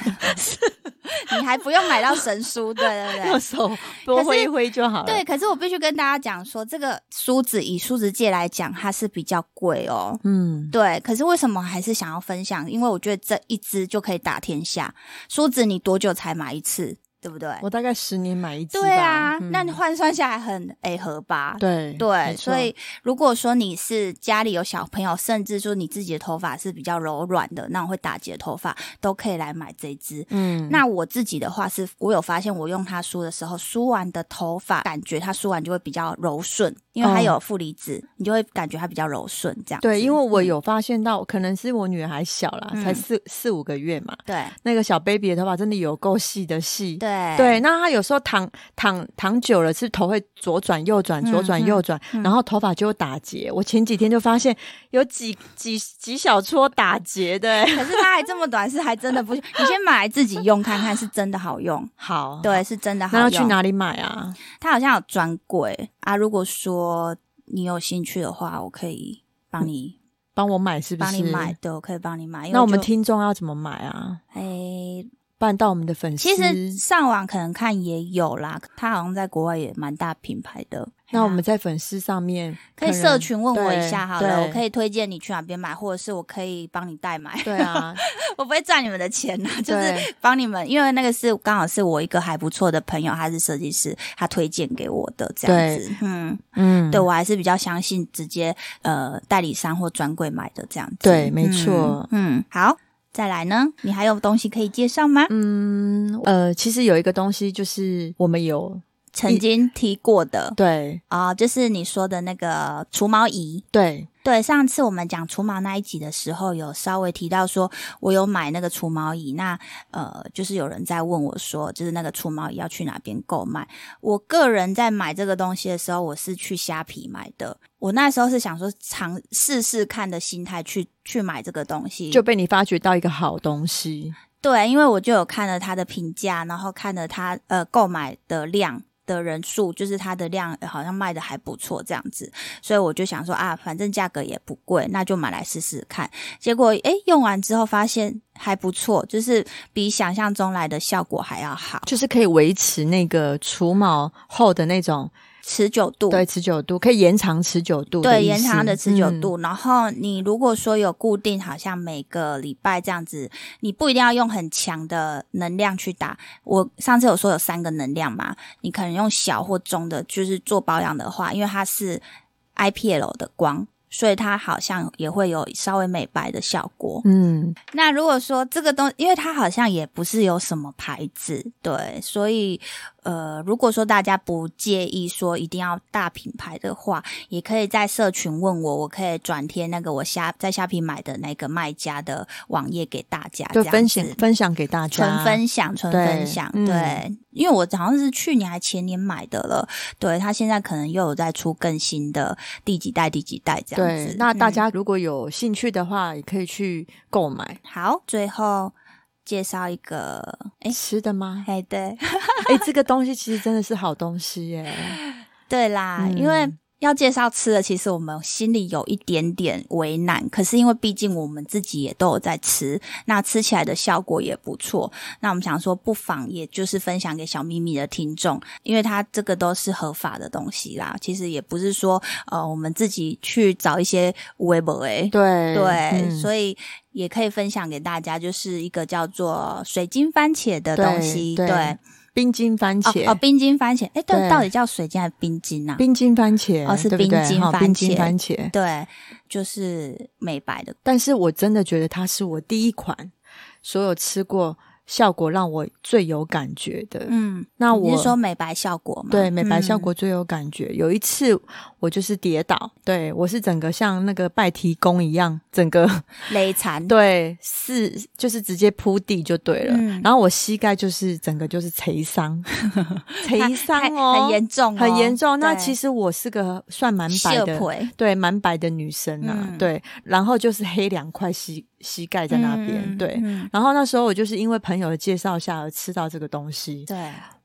Speaker 1: 你还不用买到神梳，对 (laughs) 对
Speaker 2: (laughs) 用
Speaker 1: 对。 (laughs)
Speaker 2: 手多挥一挥就好了。
Speaker 1: 对，，可是我必须跟大家讲说，这个梳子以梳子界来讲，它是比较贵哦。
Speaker 2: 嗯，
Speaker 1: 对，可是为什么还是想要分享？因为我觉得这一支就可以打天下。梳子你多久才买一次，对不对？
Speaker 2: 我大概十年买一支吧。
Speaker 1: 对啊，
Speaker 2: 嗯
Speaker 1: 那你换算下来很诶合吧？
Speaker 2: 对
Speaker 1: 对，
Speaker 2: 没错
Speaker 1: 所以如果说你是家里有小朋友，甚至说你自己的头发是比较柔软的，那种会打结的头发，都可以来买这一支。
Speaker 2: 嗯，
Speaker 1: 那我自己的话是，我有发现，我用它梳的时候，梳完的头发感觉它梳完就会比较柔顺，因为它
Speaker 2: 哦
Speaker 1: 有负离子，你就会感觉它比较柔顺这样子。
Speaker 2: 对，因为我
Speaker 1: 嗯、
Speaker 2: 有发现到，可能是我女儿还小啦，
Speaker 1: 嗯
Speaker 2: 才四四五个月嘛，
Speaker 1: 对
Speaker 2: 那个小 baby 的头发真的有够细的细。
Speaker 1: 对
Speaker 2: 对，那她有时候躺躺躺久了，是头会左转右
Speaker 1: 嗯
Speaker 2: 转，左转右转，然后头发就会打结。我前几天就发现有几几几小撮打结的、
Speaker 1: (laughs)
Speaker 2: 欸
Speaker 1: 可是它还这么短，是还真的不行。你先买来自己用看看，是真的好
Speaker 2: (laughs)
Speaker 1: 用，
Speaker 2: 好，，
Speaker 1: 对，是真的好
Speaker 2: 哦那
Speaker 1: 用。
Speaker 2: 要去哪里买啊？
Speaker 1: 它好像有专柜啊。如果说你有兴趣的话，我可以帮你
Speaker 2: 帮我买嗯是不是？
Speaker 1: 帮你买，。对，我可以帮你买。因为
Speaker 2: 那我们
Speaker 1: 就
Speaker 2: 听众要怎么买啊？
Speaker 1: 诶，
Speaker 2: 不然到我们的粉丝，
Speaker 1: 其实上网可能看也有啦，它好像在国外也蛮大品牌的。
Speaker 2: 那我
Speaker 1: 嘿
Speaker 2: 们
Speaker 1: 啊
Speaker 2: 在粉丝上面
Speaker 1: 可以社群问我
Speaker 2: 对
Speaker 1: 一下好了，
Speaker 2: 对
Speaker 1: 我可以推荐你去哪边买，或者是我可以帮你代买。
Speaker 2: (laughs)
Speaker 1: (laughs)
Speaker 2: 对啊，
Speaker 1: 我不会赚你们的钱呐、就是
Speaker 2: 对
Speaker 1: 帮你们，因为那个是刚好是我一个还不错的朋友，他是设计师，他推荐给我的这样
Speaker 2: 对
Speaker 1: 子。嗯，
Speaker 2: 嗯，
Speaker 1: 对我还是比较相信直接呃代理商或专柜买的这样子。
Speaker 2: 对没错
Speaker 1: 嗯。嗯，好，再来呢，你还有东西可以介绍吗？
Speaker 2: 嗯，呃，其实有一个东西就是我们有
Speaker 1: 曾经提过的
Speaker 2: 对
Speaker 1: 啊、就是你说的那个除毛仪。
Speaker 2: 对
Speaker 1: 对，上次我们讲除毛那一集的时候，有稍微提到说，我有买那个除毛仪。那呃，就是有人在问我说，就是那个除毛仪要去哪边购买？我个人在买这个东西的时候，我是去虾皮买的。我那时候是想说尝试试看的心态去去买这个东西，
Speaker 2: 就被你发掘到一个好东西，
Speaker 1: 对，因为我就有看了他的评价，然后看了他呃购买的量的人数，就是他的量呃好像卖的还不错这样子，所以我就想说啊，反正价格也不贵，那就买来试试看。结果诶，用完之后发现还不错，就是比想象中来的效果还要好，
Speaker 2: 就是可以维持那个除毛后的那种
Speaker 1: 持久度
Speaker 2: 对持久度，可以延长持久度的意思，
Speaker 1: 对延长它的持久
Speaker 2: 嗯
Speaker 1: 度。然后你如果说有固定，好像每个礼拜这样子，你不一定要用很强的能量去打。我上次有说有三个能量嘛，你可能用小或中的，就是做保养的话，因为它是 IPL 的光。所以它好像也会有稍微美白的效果。
Speaker 2: 嗯，
Speaker 1: 那如果说这个东因为它好像也不是有什么牌子，对，所以呃，如果说大家不介意说一定要大品牌的话，也可以在社群问我，我可以转贴那个我虾在虾皮买的那个卖家的网页给大家，
Speaker 2: 就
Speaker 1: 啊这样
Speaker 2: 分享
Speaker 1: 子
Speaker 2: 分享给大家，
Speaker 1: 纯分享，纯
Speaker 2: 对
Speaker 1: 分享，
Speaker 2: 嗯
Speaker 1: 对，因为我好像是去年还前年买的了，对，它现在可能又有在出更新的第几代第几代这样
Speaker 2: 对
Speaker 1: 子，，
Speaker 2: 那大
Speaker 1: 嗯
Speaker 2: 家如果有兴趣的话，也可以去购买。
Speaker 1: 嗯好，最后介绍一个，哎、
Speaker 2: 吃的吗？ (laughs)
Speaker 1: 哎，对，
Speaker 2: 哎、这个东西其实真的是好东西耶！
Speaker 1: 对啦，
Speaker 2: 嗯
Speaker 1: 因为要介绍吃的，其实我们心里有一点点为难，可是因为毕竟我们自己也都有在吃，那吃起来的效果也不错，那我们想说，不妨也就是分享给小秘密的听众，因为它这个都是合法的东西啦，其实也不是说呃我们自己去找一些微博诶。
Speaker 2: 对
Speaker 1: 欸 (laughs)
Speaker 2: 嗯
Speaker 1: 对，
Speaker 2: 以
Speaker 1: 所以也可以分享给大家，就是一个叫做水晶番茄的东西，
Speaker 2: 对
Speaker 1: 对，
Speaker 2: 对冰晶番茄，
Speaker 1: 哦哦，冰晶番茄，哎，
Speaker 2: 对
Speaker 1: 但到底叫水晶还是冰晶啊？
Speaker 2: 冰晶番茄，
Speaker 1: 哦是
Speaker 2: 对不对
Speaker 1: 冰晶
Speaker 2: 哈
Speaker 1: 番
Speaker 2: 冰晶
Speaker 1: 茄
Speaker 2: 番茄。
Speaker 1: 对，就是美白的，
Speaker 2: 但是我真的觉得它是我第一款所有吃过效果让我最有感觉的。
Speaker 1: 嗯，
Speaker 2: 那我
Speaker 1: 你是说美白效果吗？
Speaker 2: 对美白
Speaker 1: 嗯
Speaker 2: 效果最有感觉。有一次我就是跌倒，对我是整个像那个拜提公一样，整个
Speaker 1: (laughs) 累残，
Speaker 2: 对，是就是直接铺地就对了。
Speaker 1: 嗯
Speaker 2: 然后我膝盖就是整个就是捶
Speaker 1: (laughs)
Speaker 2: 伤，
Speaker 1: 太，
Speaker 2: 捶伤
Speaker 1: 太
Speaker 2: 哦，
Speaker 1: 很严重哦，
Speaker 2: 很严重。那其
Speaker 1: 实
Speaker 2: 实我是个算蛮白的，对，蛮白的女生啊，
Speaker 1: 嗯
Speaker 2: 对。然后就是黑两块膝膝盖在那边，对。
Speaker 1: 嗯
Speaker 2: 然后那时候我就是因为朋友的介绍下而吃到这个东西，
Speaker 1: 对，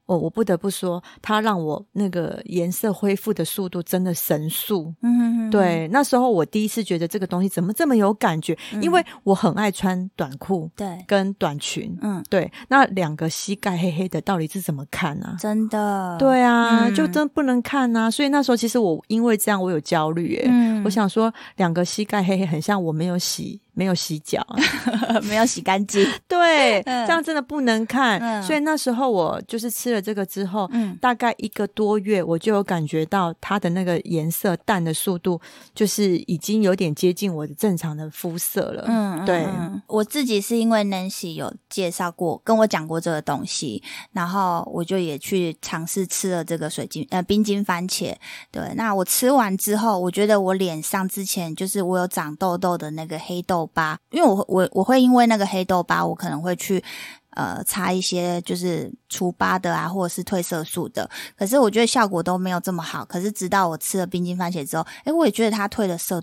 Speaker 2: 我、我不得不说，它让我那个颜色恢复的速度真的神速，
Speaker 1: 嗯，
Speaker 2: 对，那时候我第一次觉得这个东西怎么这么有感觉，
Speaker 1: 嗯
Speaker 2: 因为我很爱穿短裤
Speaker 1: 对，
Speaker 2: 跟短裙。
Speaker 1: 嗯，
Speaker 2: 对，那两个膝盖黑黑的，到底是怎么看啊？
Speaker 1: 真的，，
Speaker 2: 对啊，
Speaker 1: 嗯
Speaker 2: 就真不能看啊！所以那时候其实我因为这样，我有焦虑耶、
Speaker 1: 嗯
Speaker 2: 我想说，两个膝盖黑黑，很像我没有洗，没有洗
Speaker 1: (laughs)
Speaker 2: 脚啊。
Speaker 1: (laughs) 没有洗干净，
Speaker 2: 对，
Speaker 1: 嗯
Speaker 2: 这样真的不能看。
Speaker 1: 嗯
Speaker 2: 所以那时候我就是吃了这个之后，
Speaker 1: 嗯
Speaker 2: 大概一个多月，我就有感觉到它的那个颜色淡的速度，就是已经有点接近我的正常的肤色了。
Speaker 1: 嗯，嗯
Speaker 2: 对
Speaker 1: 嗯我自己是因为 Nancy 有介绍过，跟我讲过这个东西，然后我就也去尝试吃了这个水晶呃冰晶番茄。对，那我吃完之后，我觉得我脸上之前就是我有长痘痘的那个黑痘疤，因为我我我会因为那个黑痘疤，我可能会去。呃，擦一些就是除疤的啊，或者是褪色素的，可是我觉得效果都没有这么好。可是直到我吃了冰晶番茄之后，诶，我也觉得它褪的色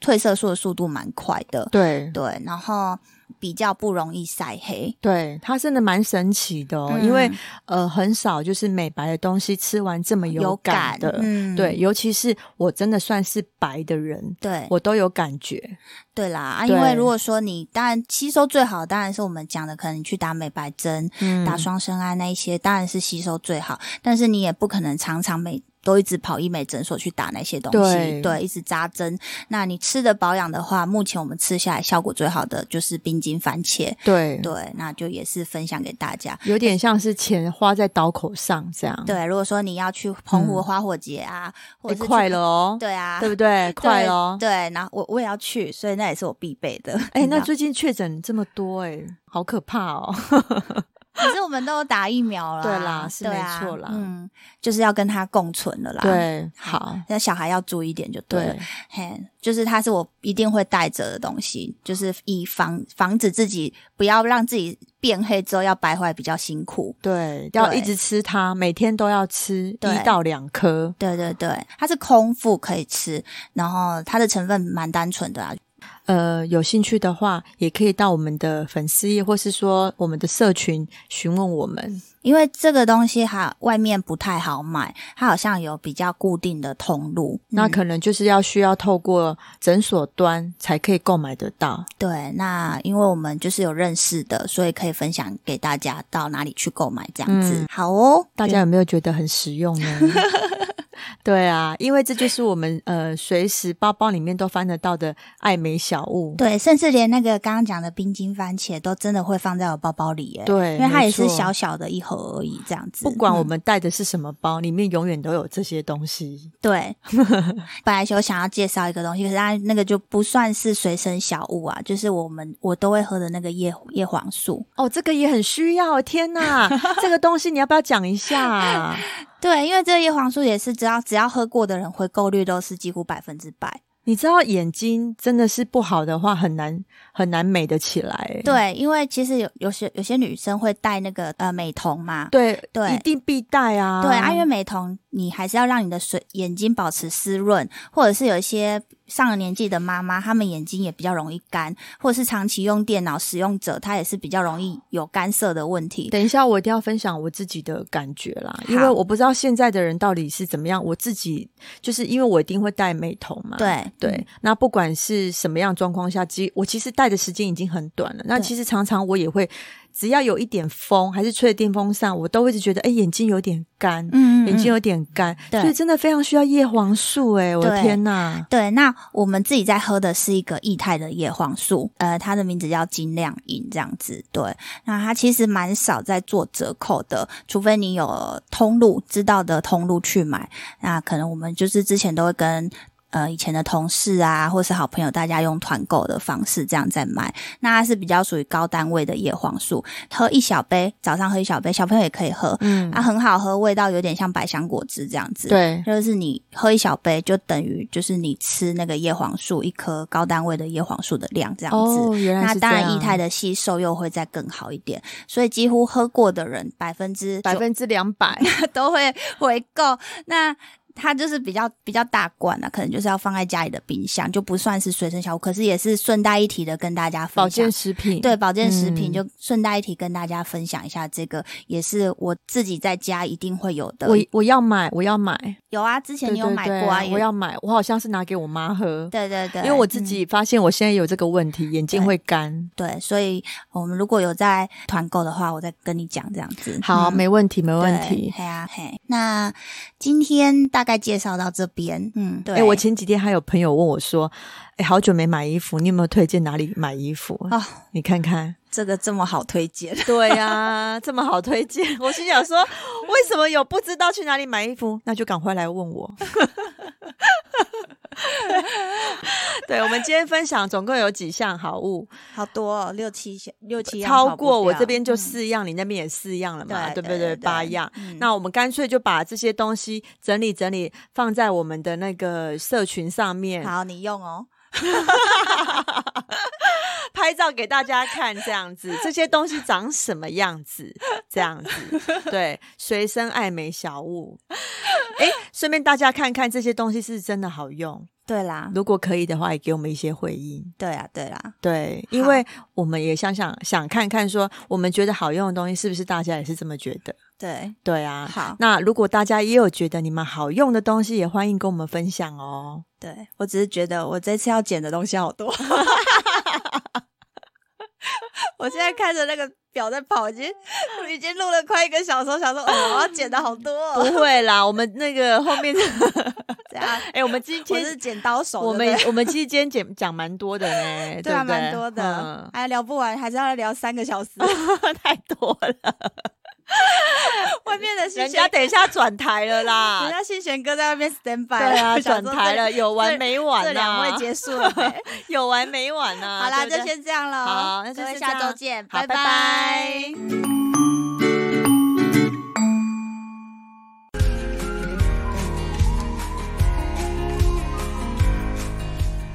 Speaker 1: 褪色素的速度蛮快的。
Speaker 2: 对
Speaker 1: 对，然后比较不容易晒黑。
Speaker 2: 对，它真的蛮神奇的哦，
Speaker 1: 嗯
Speaker 2: 因为呃很少就是美白的东西吃完这么有感的。
Speaker 1: 嗯，
Speaker 2: 对，尤其是我真的算是白的人，
Speaker 1: 对
Speaker 2: 我都有感觉。
Speaker 1: 对啦啊，
Speaker 2: 对
Speaker 1: 因为如果说你当然吸收最好，当然是我们讲的，可能你去打美白针、
Speaker 2: 嗯
Speaker 1: 打双生胺那一些，当然是吸收最好，但是你也不可能常常每。都一直跑医美诊所去打那些东西，
Speaker 2: 对
Speaker 1: 一直扎针。那你吃的保养的话，目前我们吃下来效果最好的就是冰晶番茄，
Speaker 2: 对，
Speaker 1: 对，那就也是分享给大家。
Speaker 2: 有点像是钱花在刀口上这样。，
Speaker 1: 对，如果说你要去澎湖花火节啊，或者是去
Speaker 2: 嗯快了哦，
Speaker 1: 对啊，
Speaker 2: 对不对？快了哦。
Speaker 1: 对，然后我我也要去，所以那也是我必备的。
Speaker 2: (laughs)
Speaker 1: 你
Speaker 2: 哎、
Speaker 1: 知
Speaker 2: 那
Speaker 1: 道
Speaker 2: 最近确诊这么多、哎，好可怕
Speaker 1: (laughs)
Speaker 2: 哦。
Speaker 1: 可是我们都有打疫苗了，
Speaker 2: 对啦是
Speaker 1: 对啊
Speaker 2: 没错啦
Speaker 1: 嗯，就是要跟他共存了啦。，
Speaker 2: 对，好，
Speaker 1: 那小孩要注意一点就啊对了。
Speaker 2: 对，
Speaker 1: 嘿，就是它是我一定会带着的东西，就是以防防止自己不要让自己变黑之后要白坏比较辛苦。
Speaker 2: 对，要
Speaker 1: 对
Speaker 2: 一直吃它，每天都要吃
Speaker 1: 对
Speaker 2: 一到两颗。
Speaker 1: 对对对，它是空腹可以吃，然后它的成分蛮单纯的啊。
Speaker 2: 呃，有兴趣的话，也可以到我们的粉丝页，或是说我们的社群询问我们。
Speaker 1: 因为这个东西哈，外面不太好买，它好像有比较固定的通路。
Speaker 2: 那
Speaker 1: 嗯
Speaker 2: 可能就是要需要透过诊所端才可以购买得到。
Speaker 1: 对，那因为我们就是有认识的，所以可以分享给大家到哪里去购买这样子。
Speaker 2: 嗯
Speaker 1: 好哦，
Speaker 2: (laughs) 大家有没有觉得很实用呢？对啊，因为这就是我们呃随时包包里面都翻得到的爱美小物。
Speaker 1: 对，甚至连那个刚刚讲的冰晶番茄都真的会放在我包包里耶，
Speaker 2: 对，
Speaker 1: 因为它也是
Speaker 2: 没错
Speaker 1: 小小的一盒而已，这样子。
Speaker 2: 不管我
Speaker 1: 嗯
Speaker 2: 们带的是什么包，里面永远都有这些东西。 (laughs)
Speaker 1: 对，本来有想要介绍一个东西，可是它那个就不算是随身小物啊，就是我们我都会喝的那个叶叶黄素。
Speaker 2: 哦，这个也很需要，天哪！这个东西你要不要讲一下？ (laughs)
Speaker 1: 对，因为这个叶黄素也是只要只要喝过的人回购率都是几乎百分之百。
Speaker 2: 你知道眼睛真的是不好的话，很难很难美得起来。
Speaker 1: 对，因为其实有有些有些女生会戴那个呃美瞳嘛，
Speaker 2: 对
Speaker 1: 对
Speaker 2: 一定必带啊！
Speaker 1: 对，啊，因为美瞳你还是要让你的水眼睛保持湿润，或者是有一些上了年纪的妈妈，她们眼睛也比较容易干，或者是长期用电脑使用者，她也是比较容易有干涩的问题。
Speaker 2: 等一下，我一定要分享我自己的感觉啦，因为
Speaker 1: 好
Speaker 2: 我不知道现在的人到底是怎么样。我自己就是因为我一定会戴美瞳嘛，
Speaker 1: 对嗯
Speaker 2: 对，那不管是什么样状况下，其我其实戴的时间已经很短了。那
Speaker 1: 对
Speaker 2: 其实常常我也会，只要有一点风，还是吹电风扇，我都会一直觉得，哎、眼睛有点干，
Speaker 1: 嗯，嗯
Speaker 2: 眼睛。
Speaker 1: 嗯
Speaker 2: 有点干，
Speaker 1: 对
Speaker 2: 所以真的非常需要叶黄素、哎，我的
Speaker 1: 对
Speaker 2: 天呐！
Speaker 1: 对，那我们自己在喝的是一个液态的叶黄素，呃，它的名字叫金亮饮，这样子。对，那它其实蛮少在做折扣的，除非你有通路知道的通路去买。那可能我们就是之前都会跟呃以前的同事啊，或是好朋友，大家用团购的方式这样在买。那它是比较属于高单位的叶黄素，喝一小杯，早上喝一小杯，小朋友也可以喝，
Speaker 2: 嗯，
Speaker 1: 啊，很好喝，味道有点像百香果汁这样子。
Speaker 2: 对，
Speaker 1: 就是你喝一小杯，就等于就是你吃那个叶黄素一颗高单位的叶黄素的量这样子。
Speaker 2: 哦，原来
Speaker 1: 那
Speaker 2: 是
Speaker 1: 当
Speaker 2: 这
Speaker 1: 然，
Speaker 2: 样
Speaker 1: 液态的吸收又会再更好一点，所以几乎喝过的人百分之
Speaker 2: 百分之两
Speaker 1: (laughs)
Speaker 2: 百，
Speaker 1: 都
Speaker 2: (laughs)
Speaker 1: 会回购。那它就是比较比较大罐啊，可能就是要放在家里的冰箱，就不算是随身小物，可是也是顺带一提的跟大家分
Speaker 2: 保
Speaker 1: 享
Speaker 2: 健。食品，
Speaker 1: 对保健食品，
Speaker 2: 嗯
Speaker 1: 就顺带一提跟大家分享一下，这个也是我自己在家一定会有的。
Speaker 2: 我我要买，我要买。
Speaker 1: 有啊，之前
Speaker 2: 对
Speaker 1: 你有
Speaker 2: 对
Speaker 1: 买
Speaker 2: 对
Speaker 1: 过啊？也
Speaker 2: 我要买，我好像是拿给我妈喝，
Speaker 1: 对对对，
Speaker 2: 因为我自
Speaker 1: 嗯
Speaker 2: 己发现我现在有这个问题，眼睛
Speaker 1: 对
Speaker 2: 会干。
Speaker 1: 对，所以我们如果有在团购的话，我再跟你讲这样子。
Speaker 2: 好，
Speaker 1: 嗯
Speaker 2: 没问题，没
Speaker 1: 对
Speaker 2: 问题。
Speaker 1: 嘿啊嘿，那今天大概介绍到这边。嗯，对，
Speaker 2: 哎、我前几天还有朋友问我说：“哎、好久没买衣服，你有没有推荐哪里买衣服？”啊
Speaker 1: 哦
Speaker 2: 你
Speaker 1: (laughs)
Speaker 2: 看看，
Speaker 1: 这个这么好推荐， (laughs)
Speaker 2: 对呀、这么好推荐，我心想说，为什么有不知道去哪里买衣服？那就赶快来问
Speaker 1: (laughs)
Speaker 2: 我。 (laughs) 对，我们今天分享总共有几项好物，
Speaker 1: 好多哦，六七项六七样
Speaker 2: 超
Speaker 1: 跑不
Speaker 2: 过我
Speaker 1: 掉
Speaker 2: 这边就
Speaker 1: 嗯
Speaker 2: 四样，你那边也四样了嘛，
Speaker 1: 对
Speaker 2: 对不对？
Speaker 1: 对对
Speaker 2: 八样。
Speaker 1: 嗯
Speaker 2: 那我们干脆就把这些东西整理整理，放在我们的那个社群上面，
Speaker 1: 好，你用哦。
Speaker 2: 拍照给大家看，这样子，这些东西长什么样子？这样子，对，随身爱美小物。哎，顺便大家看看这些东西是真的好用，
Speaker 1: 对啦，
Speaker 2: 如果可以的话，也给我们一些回应。
Speaker 1: 对啦，对啦，
Speaker 2: 对，因
Speaker 1: 好
Speaker 2: 为我们也想想想看看说我们觉得好用的东西是不是大家也是这么觉得？
Speaker 1: 对，
Speaker 2: 对啊，
Speaker 1: 好，
Speaker 2: 那如果大家也有觉得你们好用的东西，也欢迎跟我们分享哦。
Speaker 1: 对我只是觉得我这次要剪的东西好多。我现在看着那个表在跑，已经已经录了快一个小时，我想说哦，我要剪的好多、
Speaker 2: (laughs) 不
Speaker 1: 哦，
Speaker 2: 会啦，我们那个后面， (laughs)
Speaker 1: 这样。
Speaker 2: 哎、我们今
Speaker 1: 我
Speaker 2: 天
Speaker 1: 是剪刀手，
Speaker 2: 我
Speaker 1: 对不
Speaker 2: 们我们其实今天讲讲蛮多的呢，
Speaker 1: 对
Speaker 2: (laughs)
Speaker 1: 对啊，
Speaker 2: 不对
Speaker 1: 蛮多的
Speaker 2: 嗯，
Speaker 1: 哎，聊不完，还是要聊三个
Speaker 2: (laughs)
Speaker 1: 小时。
Speaker 2: 太多了，
Speaker 1: 外面的新
Speaker 2: 人
Speaker 1: 贤
Speaker 2: 家，等一下转台了 (laughs)
Speaker 1: 人
Speaker 2: 啦，
Speaker 1: 家新贤哥在外面 stand by，
Speaker 2: 对啊，
Speaker 1: 了想说
Speaker 2: 转台了，有完
Speaker 1: 这
Speaker 2: 没
Speaker 1: 这
Speaker 2: 完
Speaker 1: 这
Speaker 2: 啊？
Speaker 1: 两位结束了没？
Speaker 2: (laughs) 有完没完啊？
Speaker 1: 好啦，
Speaker 2: 对不对
Speaker 1: 就先这样了。
Speaker 2: 好那就
Speaker 1: 各位
Speaker 2: 先
Speaker 1: 下
Speaker 2: 这
Speaker 1: 周
Speaker 2: 样
Speaker 1: 见，
Speaker 2: 好拜
Speaker 1: 拜
Speaker 2: 拜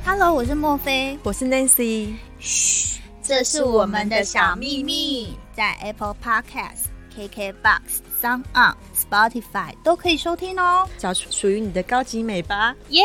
Speaker 1: 哈喽，我是莫菲，
Speaker 2: 我是 Nancy，
Speaker 1: 这是我们的小秘密，在 Apple Podcast、KKBox、Sound On、Spotify 都可以收听哦，
Speaker 2: 找出属于你的高级美吧。
Speaker 1: 耶、